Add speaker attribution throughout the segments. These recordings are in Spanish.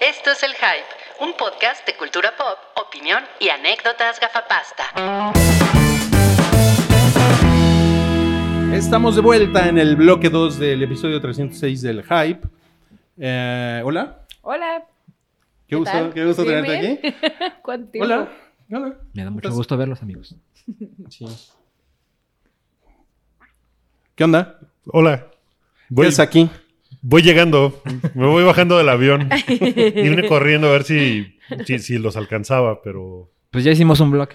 Speaker 1: Esto es El Hype, un podcast de cultura pop, opinión y anécdotas gafapasta.
Speaker 2: Estamos de vuelta en el bloque 2 del episodio 306 del Hype. Eh, hola,
Speaker 3: Hola.
Speaker 2: qué, gusto,
Speaker 3: tal?
Speaker 2: qué gusto
Speaker 3: Bien,
Speaker 2: tenerte aquí.
Speaker 3: bien. ¿Cuánto tiempo?
Speaker 2: Hola, hola.
Speaker 4: Me da mucho
Speaker 2: Entonces-
Speaker 4: gusto verlos, amigos.
Speaker 2: Sí. ¿Qué onda? ¿Qué
Speaker 5: Hola. Voy,
Speaker 2: es aquí?
Speaker 5: voy llegando. Me voy bajando del avión. Y vine corriendo a ver si, si, si los alcanzaba, pero
Speaker 4: Pues ya hicimos un blog.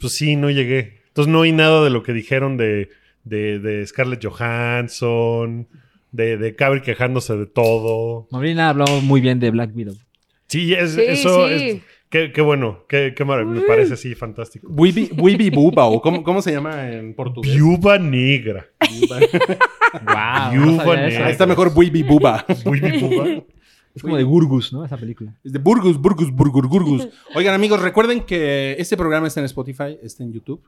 Speaker 5: pues sí, no llegué. Entonces no hay nada de lo que dijeron de, de, de Scarlett Johansson, de, de Cabri quejándose de todo.
Speaker 4: Molina habló muy bien de Black Widow.
Speaker 5: Sí, es,
Speaker 3: Sí,
Speaker 5: eso
Speaker 3: sí.
Speaker 5: es- Qué, qué bueno, qué, qué marav- me parece así fantástico.
Speaker 2: Wibi Wibi Buba, o ¿cómo, cómo se llama en portugués?
Speaker 5: Viuba negra.
Speaker 2: Buba.
Speaker 4: ¡Wow!
Speaker 5: Yuvan,
Speaker 2: Ahí está mejor Wibi Buba.
Speaker 5: Wibi Buba.
Speaker 4: Es como de Gurgus, ¿no? Esa película.
Speaker 2: Es de Burgus, Burgus, Burgur, Gurgus. Oigan, amigos, recuerden que este programa está en Spotify, está en YouTube,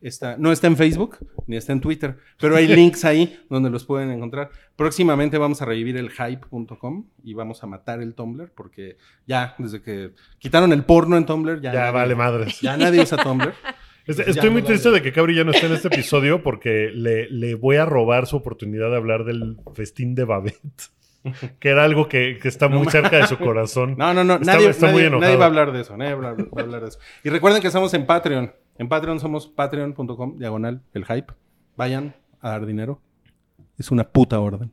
Speaker 2: está, no está en Facebook, ni está en Twitter, pero hay links ahí donde los pueden encontrar. Próximamente vamos a revivir el hype.com y vamos a matar el Tumblr porque ya, desde que quitaron el porno en Tumblr, ya,
Speaker 5: Ya
Speaker 2: nadie-
Speaker 5: vale madres.
Speaker 2: Ya nadie usa Tumblr.
Speaker 5: Est-
Speaker 2: Pues Ya
Speaker 5: Pues Estoy
Speaker 2: no
Speaker 5: muy
Speaker 2: la
Speaker 5: triste
Speaker 2: veo.
Speaker 5: de que Cabri ya no esté en este episodio porque le, le voy a robar su oportunidad de hablar del festín de Babette, que era algo que, que está muy cerca de su corazón.
Speaker 2: No, no, no.
Speaker 5: Está-
Speaker 2: nadie,
Speaker 5: está muy
Speaker 2: nadie-
Speaker 5: enojado.
Speaker 2: nadie va a hablar de eso. Nadie va a hablar, va a hablar de eso. Y recuerden que estamos en Patreon. En Patreon somos patreon.com diagonal el hype. Vayan a dar dinero. Es una puta orden.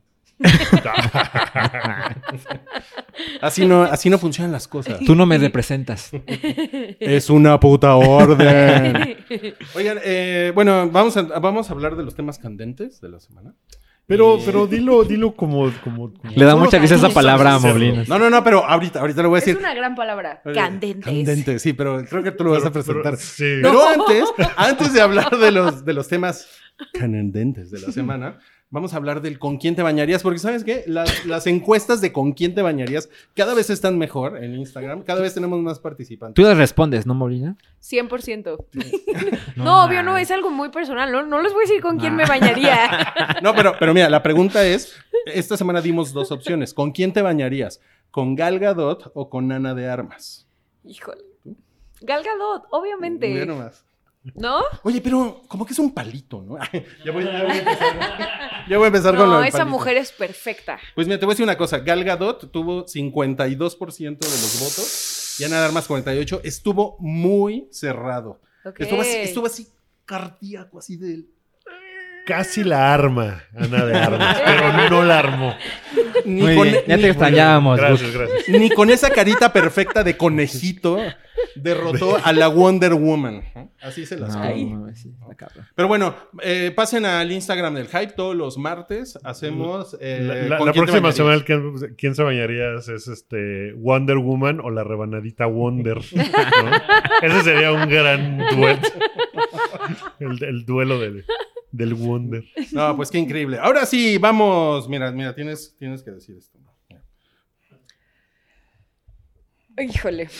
Speaker 2: así, no, así no funcionan las cosas.
Speaker 4: Tú no me representas.
Speaker 2: Es una puta orden. Oigan, eh, bueno, vamos a, vamos a hablar de los temas candentes de la semana.
Speaker 5: Pero,
Speaker 2: Y-
Speaker 5: pero dilo, dilo como, como, como-
Speaker 4: Le da
Speaker 5: ¿cómo
Speaker 4: mucha
Speaker 5: lo-
Speaker 4: risa esa
Speaker 5: cómo sabes
Speaker 4: palabra a
Speaker 5: hacerlo?
Speaker 4: Moblin.
Speaker 2: No, no, no, pero ahorita, ahorita lo voy a
Speaker 3: Es
Speaker 2: decir.
Speaker 3: una gran palabra.
Speaker 2: Eh,
Speaker 3: Candentes.
Speaker 2: Candente, sí, pero creo que tú lo vas a
Speaker 5: Pero- pero-
Speaker 2: presentar.
Speaker 5: sí.
Speaker 2: Pero antes, antes de hablar de los, de los temas candentes de la semana, vamos a hablar del con quién te bañarías, porque sabes qué, las, las encuestas de con quién te bañarías cada vez están mejor en Instagram, cada vez tenemos más participantes.
Speaker 4: Tú le respondes, ¿no, Molina?
Speaker 3: 100%. No, obvio, no, es algo muy personal. No, no les voy a decir con quién me bañaría.
Speaker 2: No, pero, pero mira, la pregunta es, esta semana dimos dos opciones, ¿con quién te bañarías? ¿Con Gal Gadot o con Ana de Armas?
Speaker 3: Híjole. Gal Gadot, obviamente.
Speaker 2: Ve nomás.
Speaker 3: ¿No?
Speaker 2: Oye, pero como que es un palito, ¿no? ya, voy, ya voy a empezar, ya voy a empezar con lo
Speaker 3: No,
Speaker 2: del
Speaker 3: esa
Speaker 2: palito.
Speaker 3: mujer es perfecta.
Speaker 2: Pues mira, te voy a decir una cosa. Gal Gadot tuvo 52% de los votos y Ana de Armas 48%. Estuvo muy cerrado.
Speaker 3: Ok.
Speaker 2: Estuvo, así, estuvo así cardíaco, así de...
Speaker 5: Casi la arma, Ana de Armas, pero no la armó.
Speaker 2: Ni,
Speaker 4: Muy
Speaker 2: con,
Speaker 4: bien, ya
Speaker 2: ni-
Speaker 4: te extrañábamos.
Speaker 5: Gracias, gracias.
Speaker 2: ni con esa carita perfecta de conejito derrotó a la Wonder Woman. ¿no? Así se las
Speaker 4: No,
Speaker 2: pongo.
Speaker 4: no, no, sí, la cabra.
Speaker 2: Pero bueno, eh, pasen al Instagram del Hype todos los martes. Hacemos... eh,
Speaker 5: La, la-
Speaker 2: ¿con
Speaker 5: la
Speaker 2: quién te
Speaker 5: próxima
Speaker 2: bañarías?
Speaker 5: semana, ¿quién, quién se bañarías? Es este Wonder Woman o la rebanadita Wonder. ¿no? Ese sería un gran dueto. El, el duelo del, del Wonder.
Speaker 2: No, pues qué increíble. Ahora sí, vamos. Mira, mira, tienes, tienes que decir esto.
Speaker 3: Híjole.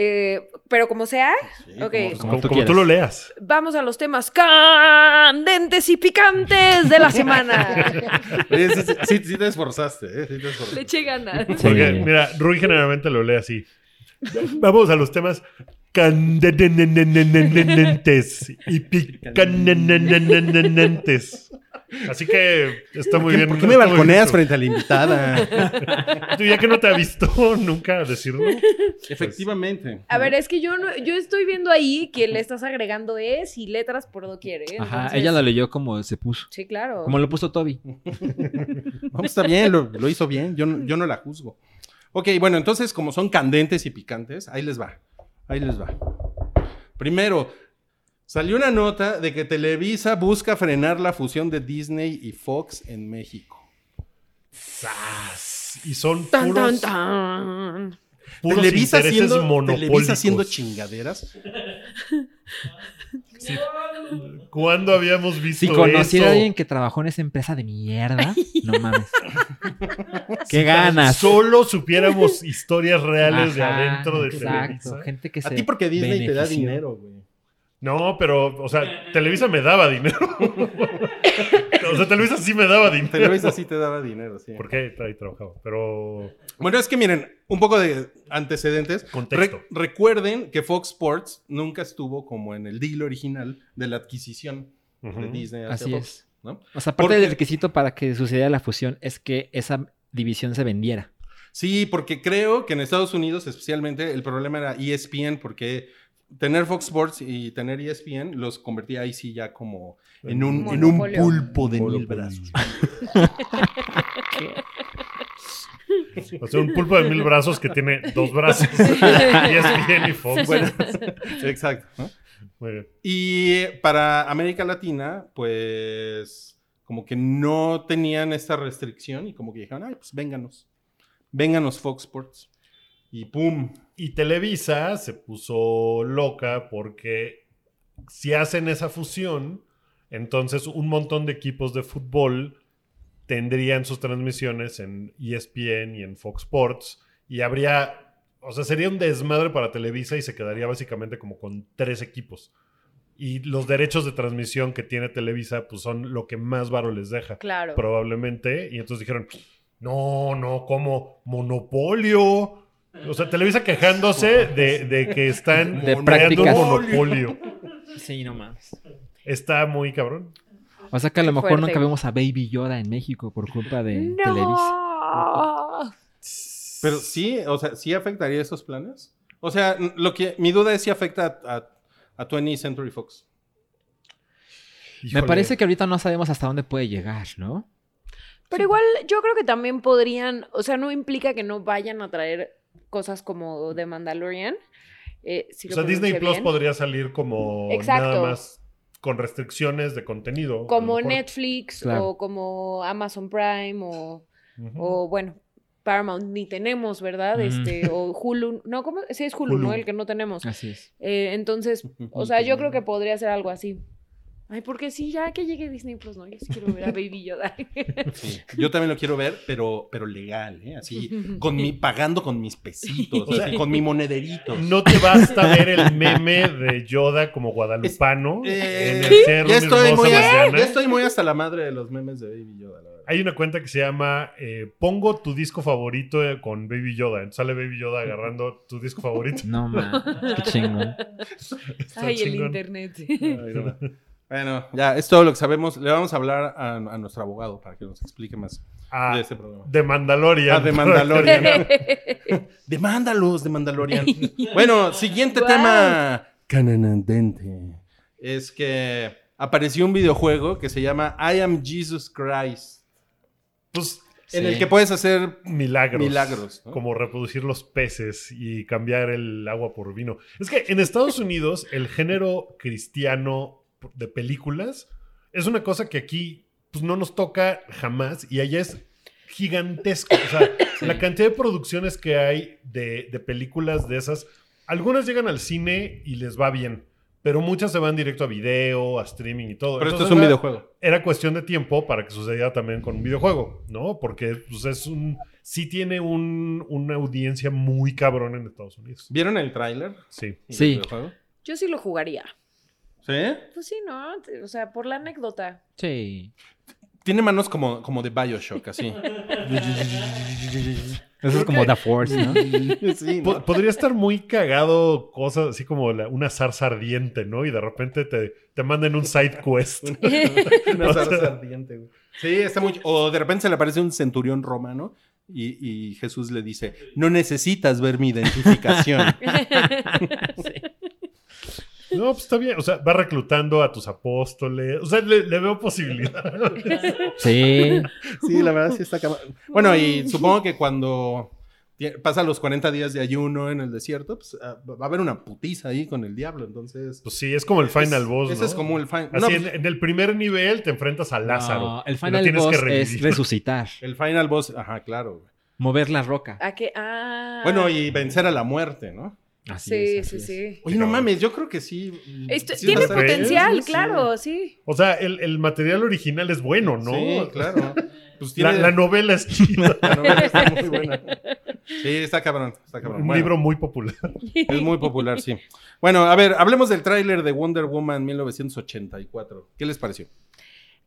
Speaker 3: Eh, pero como sea,
Speaker 2: Sí, como-
Speaker 3: Ok.
Speaker 4: Como
Speaker 5: Como,
Speaker 4: tú
Speaker 5: como tú
Speaker 4: quieras.
Speaker 5: lo leas.
Speaker 3: vamos a los temas candentes y picantes de la semana.
Speaker 2: Oye, sí, sí, sí, sí te esforzaste, ¿eh? Sí te esforzaste.
Speaker 3: Le eché ganas.
Speaker 5: Porque,
Speaker 4: Sí.
Speaker 5: mira, Rui generalmente lo lee así. Vamos a los temas candentes y picantes. Así que está muy bien.
Speaker 2: ¿Por qué me
Speaker 5: está muy bien
Speaker 2: balconeas
Speaker 5: hecho.
Speaker 2: frente a la invitada?
Speaker 5: Tú ya que no te ha visto nunca decirlo.
Speaker 2: Efectivamente.
Speaker 3: A ver, es que yo no- yo estoy viendo ahí que le estás agregando es y letras por doquier, ¿eh?
Speaker 4: Ajá,
Speaker 3: Entonces-
Speaker 4: ella lo leyó como se puso.
Speaker 3: Sí, claro.
Speaker 4: Como lo puso Toby.
Speaker 2: No, pues, está bien, lo, lo hizo bien. Yo, no- yo no la juzgo. Ok, bueno, entonces, como son candentes y picantes, ahí les va. Ahí les va. Primero, salió una nota de que Televisa busca frenar la fusión de Disney y Fox en México.
Speaker 5: ¡Sas! Y son
Speaker 3: Tan, tan,
Speaker 5: puros,
Speaker 3: tan.
Speaker 5: puros
Speaker 2: Televisa
Speaker 5: intereses
Speaker 2: haciendo, Televisa
Speaker 5: monopólicos.
Speaker 2: haciendo chingaderas.
Speaker 5: ¿Cuándo habíamos visto
Speaker 4: Si conociera a
Speaker 5: eso?
Speaker 4: alguien que trabajó en esa empresa de mierda, no mames. ¡Qué ganas!
Speaker 5: Solo supiéramos historias reales de
Speaker 4: Ajá,
Speaker 5: adentro de
Speaker 4: exacto,
Speaker 5: Televisa.
Speaker 4: Gente que
Speaker 2: A
Speaker 4: se
Speaker 2: ti porque Disney te da
Speaker 4: benefició.
Speaker 2: dinero, güey.
Speaker 5: No, pero, o sea, Televisa me daba dinero. o sea, Televisa sí me daba dinero.
Speaker 2: Televisa sí te daba dinero, sí.
Speaker 5: Porque ahí trabajaba. Pero
Speaker 2: Bueno, es que miren, un poco de antecedentes.
Speaker 5: Contexto.
Speaker 2: Re- recuerden que Fox Sports nunca estuvo como en el deal original de la adquisición de
Speaker 5: Ujú.
Speaker 2: Disney. hacia
Speaker 4: Así
Speaker 2: Fox,
Speaker 4: es.
Speaker 2: ¿no?
Speaker 4: O sea, aparte
Speaker 2: Porque-
Speaker 4: del requisito para que sucediera la fusión es que esa división se vendiera.
Speaker 2: Sí, porque creo que en Estados Unidos especialmente el problema era E ESPN porque tener Fox Sports y tener E ESPN los convertía ahí sí ya como en un, en un
Speaker 3: Monopolio.
Speaker 2: pulpo de mil
Speaker 5: Monopolio.
Speaker 2: brazos.
Speaker 5: o sea, un pulpo de mil brazos que tiene dos brazos. y es bien y Fox.
Speaker 2: Bueno, exacto. ¿no?
Speaker 5: Muy bien.
Speaker 2: Y para América Latina, pues como que no tenían esta restricción y como que dijeron, ay, pues vénganos, vénganos Fox Sports. Y pum,
Speaker 5: Y Televisa se puso loca porque si hacen esa fusión, entonces un montón de equipos de fútbol tendrían sus transmisiones en E ESPN y en Fox Sports y habría, o sea, sería un desmadre para Televisa y se quedaría básicamente como con tres equipos. Y los derechos de transmisión que tiene Televisa pues son lo que más varo les deja
Speaker 3: Claro.
Speaker 5: probablemente. Y entonces dijeron, no, no, como monopolio. O sea, Televisa quejándose de, de que están
Speaker 4: De
Speaker 5: creando
Speaker 4: prácticas.
Speaker 5: un monopolio.
Speaker 4: Sí, no más.
Speaker 5: Está muy cabrón.
Speaker 4: O sea que a lo
Speaker 3: Qué
Speaker 4: mejor
Speaker 3: fuerte.
Speaker 4: nunca vemos a Baby Yoda en México por culpa de Televisa.
Speaker 3: No.
Speaker 2: pero sí, o sea, sí afectaría esos planes. O sea, n- lo que mi duda es si afecta a, a, a 20th Century Fox.
Speaker 4: Me parece que ahorita no sabemos hasta dónde puede llegar, ¿no?
Speaker 3: Pero igual yo creo que también podrían, o sea, no implica que no vayan a traer cosas como The Mandalorian. eh, si
Speaker 5: O
Speaker 3: lo
Speaker 5: sea, Disney
Speaker 3: pronuncie
Speaker 5: Plus
Speaker 3: bien.
Speaker 5: podría salir como
Speaker 3: Exacto.
Speaker 5: nada más con restricciones de contenido. a lo
Speaker 3: Como
Speaker 5: mejor.
Speaker 3: Netflix
Speaker 4: Claro.
Speaker 3: o como Amazon Prime o,
Speaker 5: Ujú.
Speaker 3: o, bueno, Paramount ni tenemos, ¿verdad?
Speaker 4: Mm.
Speaker 3: Este, o Hulu, no, ¿cómo? Sí es Hulu,
Speaker 5: Hulu.
Speaker 3: ¿no? El que no tenemos.
Speaker 4: Así es.
Speaker 3: Eh, entonces, o sea, yo creo que podría ser algo así. Ay, porque sí, ya que llegue Disney Plus, no, yo sí quiero ver a Baby Yoda.
Speaker 2: Sí, Yo también lo quiero ver, pero, pero legal, ¿eh? Así, con mi, pagando con mis pesitos,
Speaker 5: O sea,
Speaker 2: así, con mi monederito.
Speaker 5: No te basta ver el meme de Yoda como guadalupano
Speaker 2: Eh,
Speaker 5: en el cerro.
Speaker 2: ya,
Speaker 5: mi
Speaker 2: estoy
Speaker 5: hermosa
Speaker 2: muy a-
Speaker 5: Mariana.
Speaker 2: ya estoy muy hasta la madre de los memes de Baby Yoda, la verdad.
Speaker 5: Hay una cuenta que se llama eh, Pongo tu disco favorito eh, con Baby Yoda. Entonces sale Baby Yoda agarrando tu disco favorito.
Speaker 4: No más. Qué chingón.
Speaker 5: Está
Speaker 3: Ay, el
Speaker 5: chingón.
Speaker 3: internet.
Speaker 2: Ay, no. Bueno, ya, es todo lo que sabemos. Le vamos a hablar a, a nuestro abogado para que nos explique más
Speaker 5: Ah,
Speaker 2: de este programa.
Speaker 5: de Mandalorian.
Speaker 2: Ah, de Mandalorian. Demándalos de Mandalorian. bueno, siguiente
Speaker 3: Guau.
Speaker 2: tema cananandente. Es que apareció un videojuego que se llama I Am Jesus Christ,
Speaker 5: pues
Speaker 2: en
Speaker 4: Sí.
Speaker 2: el que puedes hacer...
Speaker 5: milagros.
Speaker 2: Milagros, ¿no?
Speaker 5: Como reproducir los peces y cambiar el agua por vino. Es que en Estados Unidos el género cristiano de películas es una cosa que aquí pues, no nos toca jamás y allá es gigantesco. O sea, la cantidad de producciones que hay de, de películas de esas, algunas llegan al cine y les va bien. Pero muchas se van directo a video, a streaming y todo.
Speaker 2: Pero esto es
Speaker 5: Entonces,
Speaker 2: un
Speaker 5: era-
Speaker 2: videojuego.
Speaker 5: era cuestión de tiempo para que sucediera también con un videojuego, ¿no? Porque pues, es un. Sí tiene un- una audiencia muy cabrón en Estados Unidos.
Speaker 2: ¿Vieron el tráiler?
Speaker 5: Sí.
Speaker 2: del
Speaker 4: Sí.
Speaker 2: videojuego?
Speaker 3: Yo sí lo jugaría.
Speaker 2: ¿Sí?
Speaker 3: Pues sí, ¿no? O sea, por la anécdota.
Speaker 4: Sí.
Speaker 2: Tiene manos como, como de Bioshock, así.
Speaker 4: Eso es como The Force, ¿no?
Speaker 2: sí,
Speaker 5: Po- podría estar muy cagado cosas así como la- una zarza ardiente, ¿no? Y de repente te, te mandan un side quest.
Speaker 2: Una
Speaker 5: O sea-
Speaker 2: zarza ardiente, güey. Sí, está muy. O de repente se le aparece un centurión romano y, y Jesús le dice: No necesitas ver mi identificación.
Speaker 5: No, pues está bien. O sea, va reclutando a tus apóstoles. O sea, le, le veo posibilidad.
Speaker 4: Sí.
Speaker 2: sí, la verdad sí está acabado. Bueno, y supongo que cuando ti- pasa los 40 días de ayuno en el desierto, pues ah, va a haber una putiza ahí con el diablo. Entonces.
Speaker 5: Pues sí, es como el final
Speaker 2: Es-
Speaker 5: boss.
Speaker 2: Ese
Speaker 5: ¿no?
Speaker 2: es como el pues, final.
Speaker 5: Así en, en el primer nivel te enfrentas a Lázaro.
Speaker 4: No, el
Speaker 5: y lo
Speaker 4: final
Speaker 5: tienes que
Speaker 4: boss es
Speaker 5: revivir.
Speaker 4: resucitar.
Speaker 2: el final boss, ajá, claro. güey.
Speaker 4: Mover la roca.
Speaker 3: ¿A qué? Ah.
Speaker 2: Bueno, y vencer a la muerte, ¿no?
Speaker 4: Así
Speaker 3: Sí,
Speaker 4: es, así
Speaker 3: sí,
Speaker 4: es.
Speaker 3: sí.
Speaker 2: Oye, no mames, yo creo que sí.
Speaker 3: Esto-
Speaker 2: sí va
Speaker 3: tiene
Speaker 2: a estar-
Speaker 3: potencial,
Speaker 2: Sí, sí.
Speaker 3: claro, sí.
Speaker 5: O sea, el, el material original es bueno, ¿no?
Speaker 2: Sí, claro. Pues
Speaker 5: La,
Speaker 2: tiene-
Speaker 5: la novela es chida.
Speaker 2: La novela está muy buena. Sí, está cabrón, está cabrón.
Speaker 5: Un
Speaker 2: Bueno,
Speaker 5: libro muy popular.
Speaker 2: Es muy popular, sí. Bueno, a ver, hablemos del tráiler de Wonder Woman 1984. ¿Qué les pareció?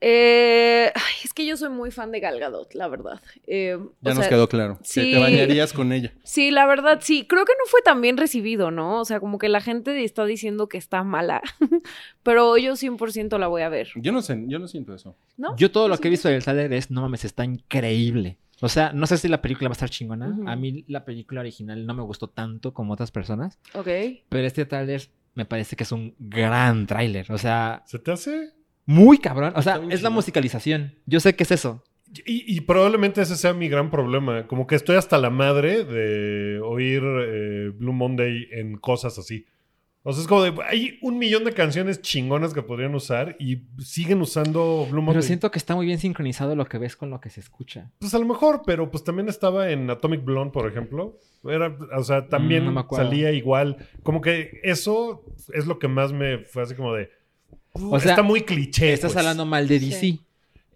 Speaker 3: Eh, ay, es que yo soy muy fan de Gal Gadot, la verdad. Eh, o
Speaker 2: Ya nos
Speaker 3: sea,
Speaker 2: quedó claro. Que
Speaker 3: sí.
Speaker 2: te bañarías con ella.
Speaker 3: Sí, la verdad, sí. Creo que no fue tan bien recibido, ¿no? O sea, como que la gente está diciendo que está mala, pero yo 100% la voy a ver,
Speaker 2: Yo no sé, yo no siento eso.
Speaker 3: ¿no?
Speaker 4: Yo todo lo
Speaker 3: Sí.
Speaker 4: que he visto del trailer es, no mames, está increíble. O sea, no sé si la película va a estar chingona.
Speaker 3: Ujú.
Speaker 4: A mí la película original no me gustó tanto como otras personas,
Speaker 3: Ok.
Speaker 4: pero este tráiler me parece que es un gran tráiler. O sea,
Speaker 5: ¿Se te hace?
Speaker 4: muy cabrón. O sea,
Speaker 2: Está muy
Speaker 4: es la
Speaker 2: chingón.
Speaker 4: musicalización. Yo sé que es eso.
Speaker 5: Y, y probablemente ese sea mi gran problema. Como que estoy hasta la madre de oír eh, Blue Monday en cosas así. O sea, es como de, hay un millón de canciones chingonas que podrían usar y siguen usando Blue Monday.
Speaker 4: Pero siento que está muy bien sincronizado lo que ves con lo que se escucha.
Speaker 5: Pues a lo mejor, pero pues también estaba en Atomic Blonde, por ejemplo. Era, o sea, también
Speaker 4: Mm, no me acuerdo.
Speaker 5: salía igual. Como que eso es lo que más me fue así como de...
Speaker 4: O sea,
Speaker 5: está muy cliché.
Speaker 4: Estás
Speaker 5: pues.
Speaker 4: hablando mal de DC.
Speaker 3: Sí.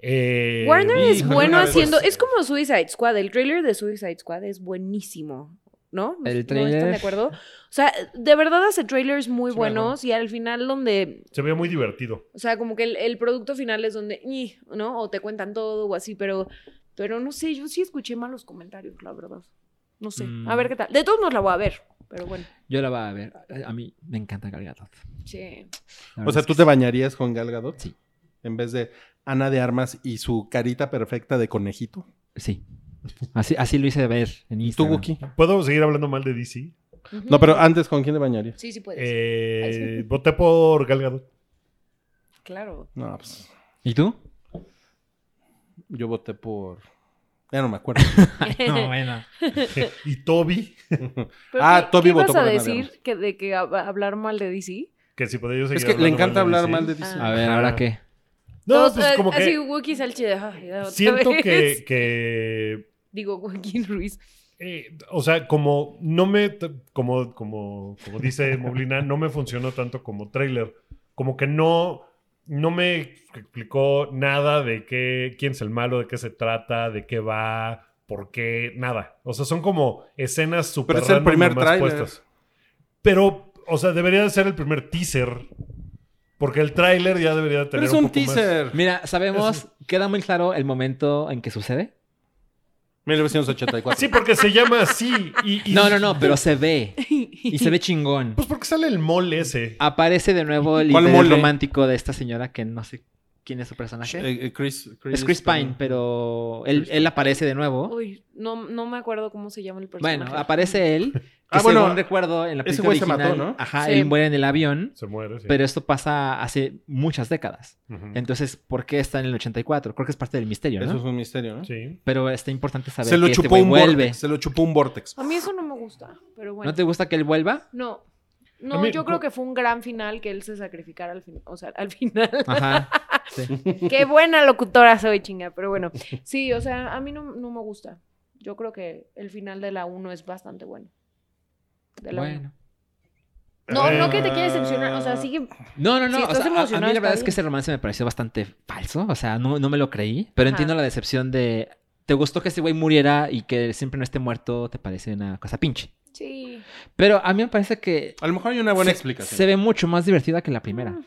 Speaker 5: Eh,
Speaker 3: Warner
Speaker 2: y-
Speaker 3: es bueno
Speaker 2: pues-
Speaker 3: haciendo. Es como Suicide Squad. El trailer de Suicide Squad es buenísimo. ¿No?
Speaker 4: El
Speaker 3: ¿No están
Speaker 4: tráiler-
Speaker 3: de acuerdo? O sea, de verdad hace trailers muy
Speaker 2: Sí, me acuerdo.
Speaker 3: buenos y al final donde.
Speaker 5: Se veía muy divertido.
Speaker 3: O sea, como que el, el producto final es donde. "Ñi", ¿No? O te cuentan todo o así, pero. Pero no sé, yo sí escuché malos comentarios, la verdad. No sé.
Speaker 4: Mm.
Speaker 3: A ver qué tal. De todos nos la voy a ver, pero bueno.
Speaker 4: Yo la voy a ver. A- A mí me encanta Gal Gadot.
Speaker 3: Sí.
Speaker 4: La
Speaker 2: O
Speaker 4: verdad
Speaker 2: sea,
Speaker 4: Ah, es
Speaker 2: ¿tú
Speaker 4: que
Speaker 2: te bañarías con Gal Gadot?
Speaker 4: Sí.
Speaker 2: En vez de Ana de Armas y su carita perfecta de conejito.
Speaker 4: Sí. Así, así lo hice ver en
Speaker 2: ¿Y tú,
Speaker 4: Instagram.
Speaker 2: Wookie?
Speaker 5: ¿Puedo seguir hablando mal de DC?
Speaker 3: Ujú.
Speaker 2: No, pero antes, ¿con quién te bañarías?
Speaker 3: Sí, sí puedes.
Speaker 5: Eh,
Speaker 3: Ay, sí.
Speaker 5: voté por Gal Gadot.
Speaker 3: Claro.
Speaker 2: No, pues
Speaker 4: ¿Y tú?
Speaker 2: yo voté por... Ya no me acuerdo.
Speaker 4: No, bueno.
Speaker 5: Y Toby,
Speaker 3: Pero
Speaker 2: Ah,
Speaker 3: ¿qué-
Speaker 2: Toby
Speaker 3: ¿qué
Speaker 2: votó
Speaker 3: vas a
Speaker 2: por Ana de
Speaker 3: decir que de que hab- hablar mal de DC?
Speaker 5: que si podía yo seguir
Speaker 2: es que le
Speaker 5: hablando
Speaker 2: encanta hablar mal de
Speaker 5: DC.
Speaker 2: DC.
Speaker 4: A ver, ¿ahora qué?
Speaker 5: No,
Speaker 3: Todos,
Speaker 5: pues
Speaker 3: eh,
Speaker 5: como
Speaker 3: Así,
Speaker 5: que
Speaker 3: Wookie Salche. ay, otra
Speaker 5: siento
Speaker 3: vez.
Speaker 5: que, que
Speaker 3: Digo, Joaquín Ruiz.
Speaker 5: eh, o sea, como no me, t- como, como, como dice Moblina, no me funcionó tanto como trailer. Como que no, no me explicó nada de qué, quién es el malo, de qué se trata, de qué va, por qué, nada. O sea, son como escenas súper
Speaker 2: Pero es el
Speaker 5: random
Speaker 2: primer
Speaker 5: nomás
Speaker 2: tráiler.
Speaker 5: puestas. Pero, o sea, debería de ser el primer teaser. Porque el tráiler ya debería de tener
Speaker 2: Pero es un
Speaker 5: poco más.
Speaker 2: teaser.
Speaker 4: Mira, sabemos, queda muy claro el momento en que sucede.
Speaker 2: 1984.
Speaker 5: Sí, porque se llama así. Y, y-
Speaker 4: No, no, no, pero se ve. Y se ve chingón.
Speaker 5: Pues porque sale el mole ese.
Speaker 4: Aparece de nuevo el
Speaker 2: ¿Cuál
Speaker 4: interés
Speaker 2: mole?
Speaker 4: romántico de esta señora que no sé quién es su personaje.
Speaker 2: Eh, eh, Chris,
Speaker 4: es Chris Pine, pero él, él aparece de nuevo.
Speaker 3: Uy, no, no me acuerdo cómo se llama el personaje.
Speaker 4: Bueno, aparece él.
Speaker 2: Ah,
Speaker 4: ah,
Speaker 2: bueno,
Speaker 4: bueno, recuerdo en la
Speaker 2: ese
Speaker 4: película
Speaker 2: güey se
Speaker 4: original,
Speaker 2: mató, ¿no?
Speaker 4: Ajá,
Speaker 3: Sí.
Speaker 4: él muere en el avión.
Speaker 5: Se muere, sí.
Speaker 4: Pero esto pasa hace muchas décadas.
Speaker 5: Ujú.
Speaker 4: Entonces, ¿por qué está en el 84? Creo que es parte del misterio, ¿no?
Speaker 2: Mm. Eso es un misterio, ¿no?
Speaker 5: Sí.
Speaker 4: Pero está importante saber
Speaker 2: Se lo
Speaker 4: que este
Speaker 2: chupó
Speaker 4: güey
Speaker 2: un
Speaker 4: vuelve.
Speaker 2: vortex. Se lo chupó un vortex.
Speaker 3: A mí eso no me gusta, pero bueno.
Speaker 4: ¿No te gusta que él vuelva?
Speaker 3: No.
Speaker 5: A
Speaker 3: No,
Speaker 5: mí-
Speaker 3: yo creo que fue un gran final que él se sacrificara al final. O sea, al final.
Speaker 4: Ajá. sí.
Speaker 3: Qué buena locutora soy, chinga. Pero bueno, sí, o sea, a mí no, no me gusta. Yo creo que el final de la 1 es bastante bueno. De la
Speaker 4: Bueno.
Speaker 3: uno. No,
Speaker 5: Eh,
Speaker 3: no que te quiera decepcionar. O
Speaker 5: Ah.
Speaker 3: sea, sigue.
Speaker 4: No, no, no.
Speaker 3: Si
Speaker 4: o
Speaker 3: estás
Speaker 4: sea, a- a,
Speaker 3: emocionado,
Speaker 4: mí la
Speaker 3: está
Speaker 4: verdad es
Speaker 3: bien.
Speaker 4: que ese romance me pareció bastante falso. O sea, no, no me lo creí.
Speaker 3: Ajá.
Speaker 4: Pero entiendo la decepción de. ¿Te gustó que ese güey muriera y que siempre no esté muerto? ¿Te parece una cosa pinche?
Speaker 3: Sí.
Speaker 4: Pero a mí me parece que.
Speaker 2: A lo mejor hay una buena
Speaker 4: se-
Speaker 2: explicación. Ah.
Speaker 4: Se ve mucho más divertida que la primera.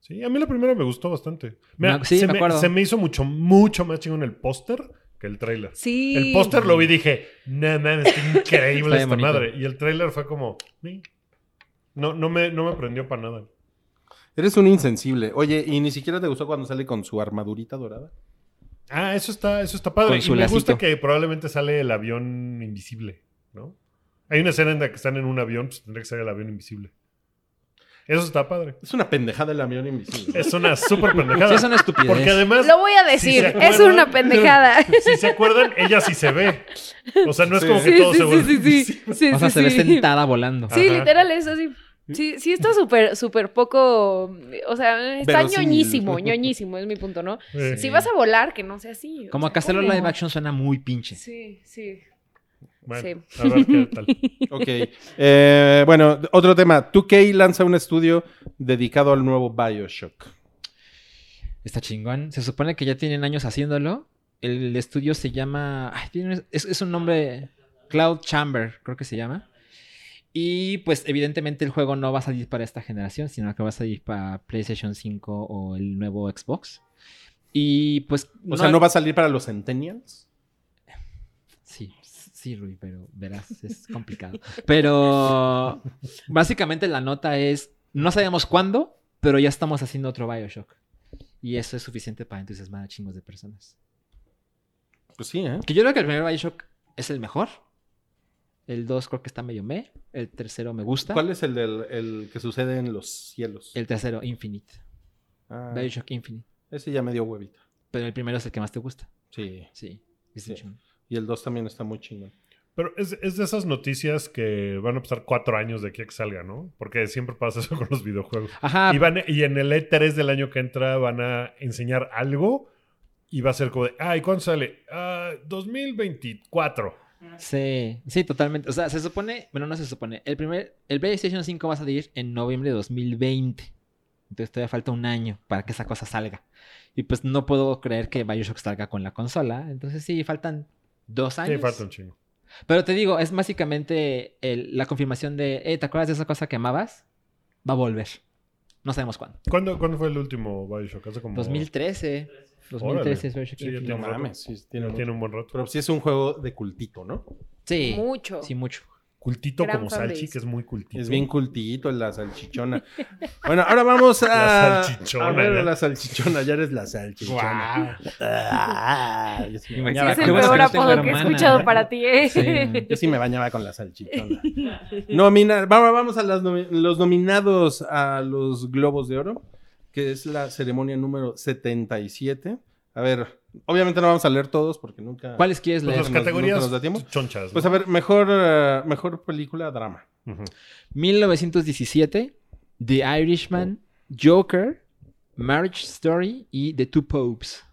Speaker 5: Sí, a mí la primera me gustó bastante. Mira,
Speaker 4: Me- sí,
Speaker 5: se,
Speaker 4: me
Speaker 5: me
Speaker 4: acuerdo.
Speaker 5: se me hizo mucho, mucho más chingón el póster que el tráiler.
Speaker 3: Sí.
Speaker 5: El póster lo vi y dije, no mames, está increíble
Speaker 4: Está bien
Speaker 5: esta
Speaker 4: bonito.
Speaker 5: madre. Y el tráiler fue como, "Sí". no, no me, no me prendió para nada.
Speaker 2: Eres un insensible. Oye, ¿y ni siquiera te gustó cuando sale con su armadurita dorada?
Speaker 5: Ah, eso está, eso está padre.
Speaker 4: Con
Speaker 5: Y
Speaker 4: su
Speaker 5: me gusta
Speaker 4: lacito.
Speaker 5: que probablemente sale el avión invisible, ¿no? Hay una escena en la que están en un avión, pues tendría que ser el avión invisible. Eso está padre.
Speaker 2: Es una pendejada el avión invisible.
Speaker 5: Es una súper
Speaker 4: Sí,
Speaker 5: pendejada.
Speaker 4: es una estupidez.
Speaker 5: Porque además,
Speaker 3: Lo voy a decir.
Speaker 5: se
Speaker 3: es
Speaker 5: acuerdan-
Speaker 3: una pendejada.
Speaker 5: si se acuerdan, ella sí se ve. O sea, no es
Speaker 2: Sí.
Speaker 5: como que
Speaker 3: Sí,
Speaker 5: todo
Speaker 3: sí,
Speaker 5: se vuelve
Speaker 3: sí, sí, sí, sí,
Speaker 4: o sea,
Speaker 3: sí,
Speaker 4: se ve
Speaker 3: sí.
Speaker 4: sentada volando.
Speaker 5: Ah.
Speaker 3: Sí,
Speaker 5: Ajá.
Speaker 3: literal es así.
Speaker 5: Mm.
Speaker 3: Sí, sí está súper, súper poco, o sea, está
Speaker 2: Verosímil.
Speaker 3: ñoñísimo, ñoñísimo, es mi punto, ¿no?
Speaker 5: Eh,
Speaker 3: Si vas a volar, que no sea así. o
Speaker 4: Como
Speaker 3: sea,
Speaker 4: acá hacerlo
Speaker 3: ¿cómo?
Speaker 4: live action suena muy pinche.
Speaker 3: Sí, sí.
Speaker 5: bueno,
Speaker 3: sí.
Speaker 5: a ver qué tal.
Speaker 2: ok. Eh, bueno, otro tema. 2K lanza un estudio dedicado al nuevo Bioshock.
Speaker 4: Está chingón. Se supone que ya tienen años haciéndolo. El estudio se llama. ay, tiene- es, es un nombre. Cloud Chamber, creo que se llama. Y pues evidentemente el juego no va a salir para esta generación, sino que va a salir para PlayStation 5 o el nuevo Xbox. Y pues...
Speaker 2: O sea, ¿no va a salir para los Centennials?
Speaker 4: Sí, sí, Rui, pero verás, es complicado. Pero básicamente la nota es, no sabemos cuándo, pero ya estamos haciendo otro Bioshock. Y eso es suficiente para entusiasmar a chingos de personas.
Speaker 2: Pues sí, ¿eh?
Speaker 4: Que yo creo que el primer Bioshock es el mejor. El 2 creo que está medio me. El tercero me gusta.
Speaker 2: ¿Cuál es el, del, el que sucede en los cielos?
Speaker 4: El tercero, Infinite.
Speaker 2: Ah,
Speaker 4: Bioshock Infinite.
Speaker 2: ese ya me dio huevita.
Speaker 4: Pero el primero es el que más te gusta.
Speaker 2: Sí.
Speaker 4: Sí. es
Speaker 2: Sí.
Speaker 4: un chingón.
Speaker 2: Y el 2 también está muy chingón.
Speaker 5: Pero es, es de esas noticias que van a pasar cuatro años de aquí a que salga, ¿no? Porque siempre pasa eso con los videojuegos.
Speaker 4: Ajá.
Speaker 5: Y, van- y en el E3 del año que entra van a enseñar algo y va a ser como de, ay, ¿cuándo sale? Ah, 2024.
Speaker 4: Sí, sí, totalmente. O sea, se supone, bueno, no se supone. El primer, el PlayStation 5 va a salir en noviembre de 2020. Entonces todavía falta un año para que esa cosa salga. Y pues no puedo creer que Bioshock salga con la consola. Entonces sí, faltan dos
Speaker 5: Sí,
Speaker 4: años.
Speaker 5: falta un chingo.
Speaker 4: Pero te digo, es básicamente el- la confirmación de, eh, ¿te acuerdas de esa cosa que amabas? Va a volver. No sabemos cuándo.
Speaker 5: ¿Cuándo, cuándo fue el último Bioshock? Hace como...
Speaker 4: 2013. 2013 es Bioshock
Speaker 5: Sí, ya
Speaker 4: Infinite.
Speaker 5: tiene un rato.
Speaker 2: sí,
Speaker 5: Ya
Speaker 2: tiene mucho.
Speaker 5: tiene un buen rato.
Speaker 2: Pero sí es un juego de cultito, ¿no?
Speaker 4: Sí,
Speaker 3: Mucho.
Speaker 4: sí, mucho.
Speaker 5: Cultito
Speaker 3: Gran
Speaker 5: como
Speaker 3: fanbase.
Speaker 5: Salchi, que es muy cultito.
Speaker 2: Es bien cultito la salchichona. Bueno, ahora vamos a.
Speaker 5: La salchichona,
Speaker 2: A ver,
Speaker 5: ya.
Speaker 2: la salchichona, ya eres la salchichona. Ah, yo, sí me
Speaker 4: Imagínate
Speaker 2: bañaba
Speaker 3: Es
Speaker 4: qué
Speaker 2: con
Speaker 3: el
Speaker 2: la
Speaker 4: bueno
Speaker 3: peor
Speaker 4: que
Speaker 2: salchichona.
Speaker 3: apodo
Speaker 4: no tengo
Speaker 3: que he
Speaker 4: hermana.
Speaker 3: escuchado para ti, ¿eh?
Speaker 4: Sí, man.
Speaker 2: Yo sí me bañaba con la salchichona. No, mina, vamos, vamos a las nomi- los nominados a los Globos de Oro, que es la ceremonia número 77. A ver, obviamente no vamos a leer todos porque nunca.
Speaker 4: ¿Cuáles quieres
Speaker 5: Pues
Speaker 4: leer?
Speaker 5: las
Speaker 2: Nos-
Speaker 5: categorías
Speaker 2: nos da tiempo.
Speaker 5: chonchas. ¿no?
Speaker 2: Pues a ver, mejor, eh, mejor película drama.
Speaker 5: Ujú.
Speaker 4: 1917, The Irishman, Joker, Marriage Story y The Two Popes.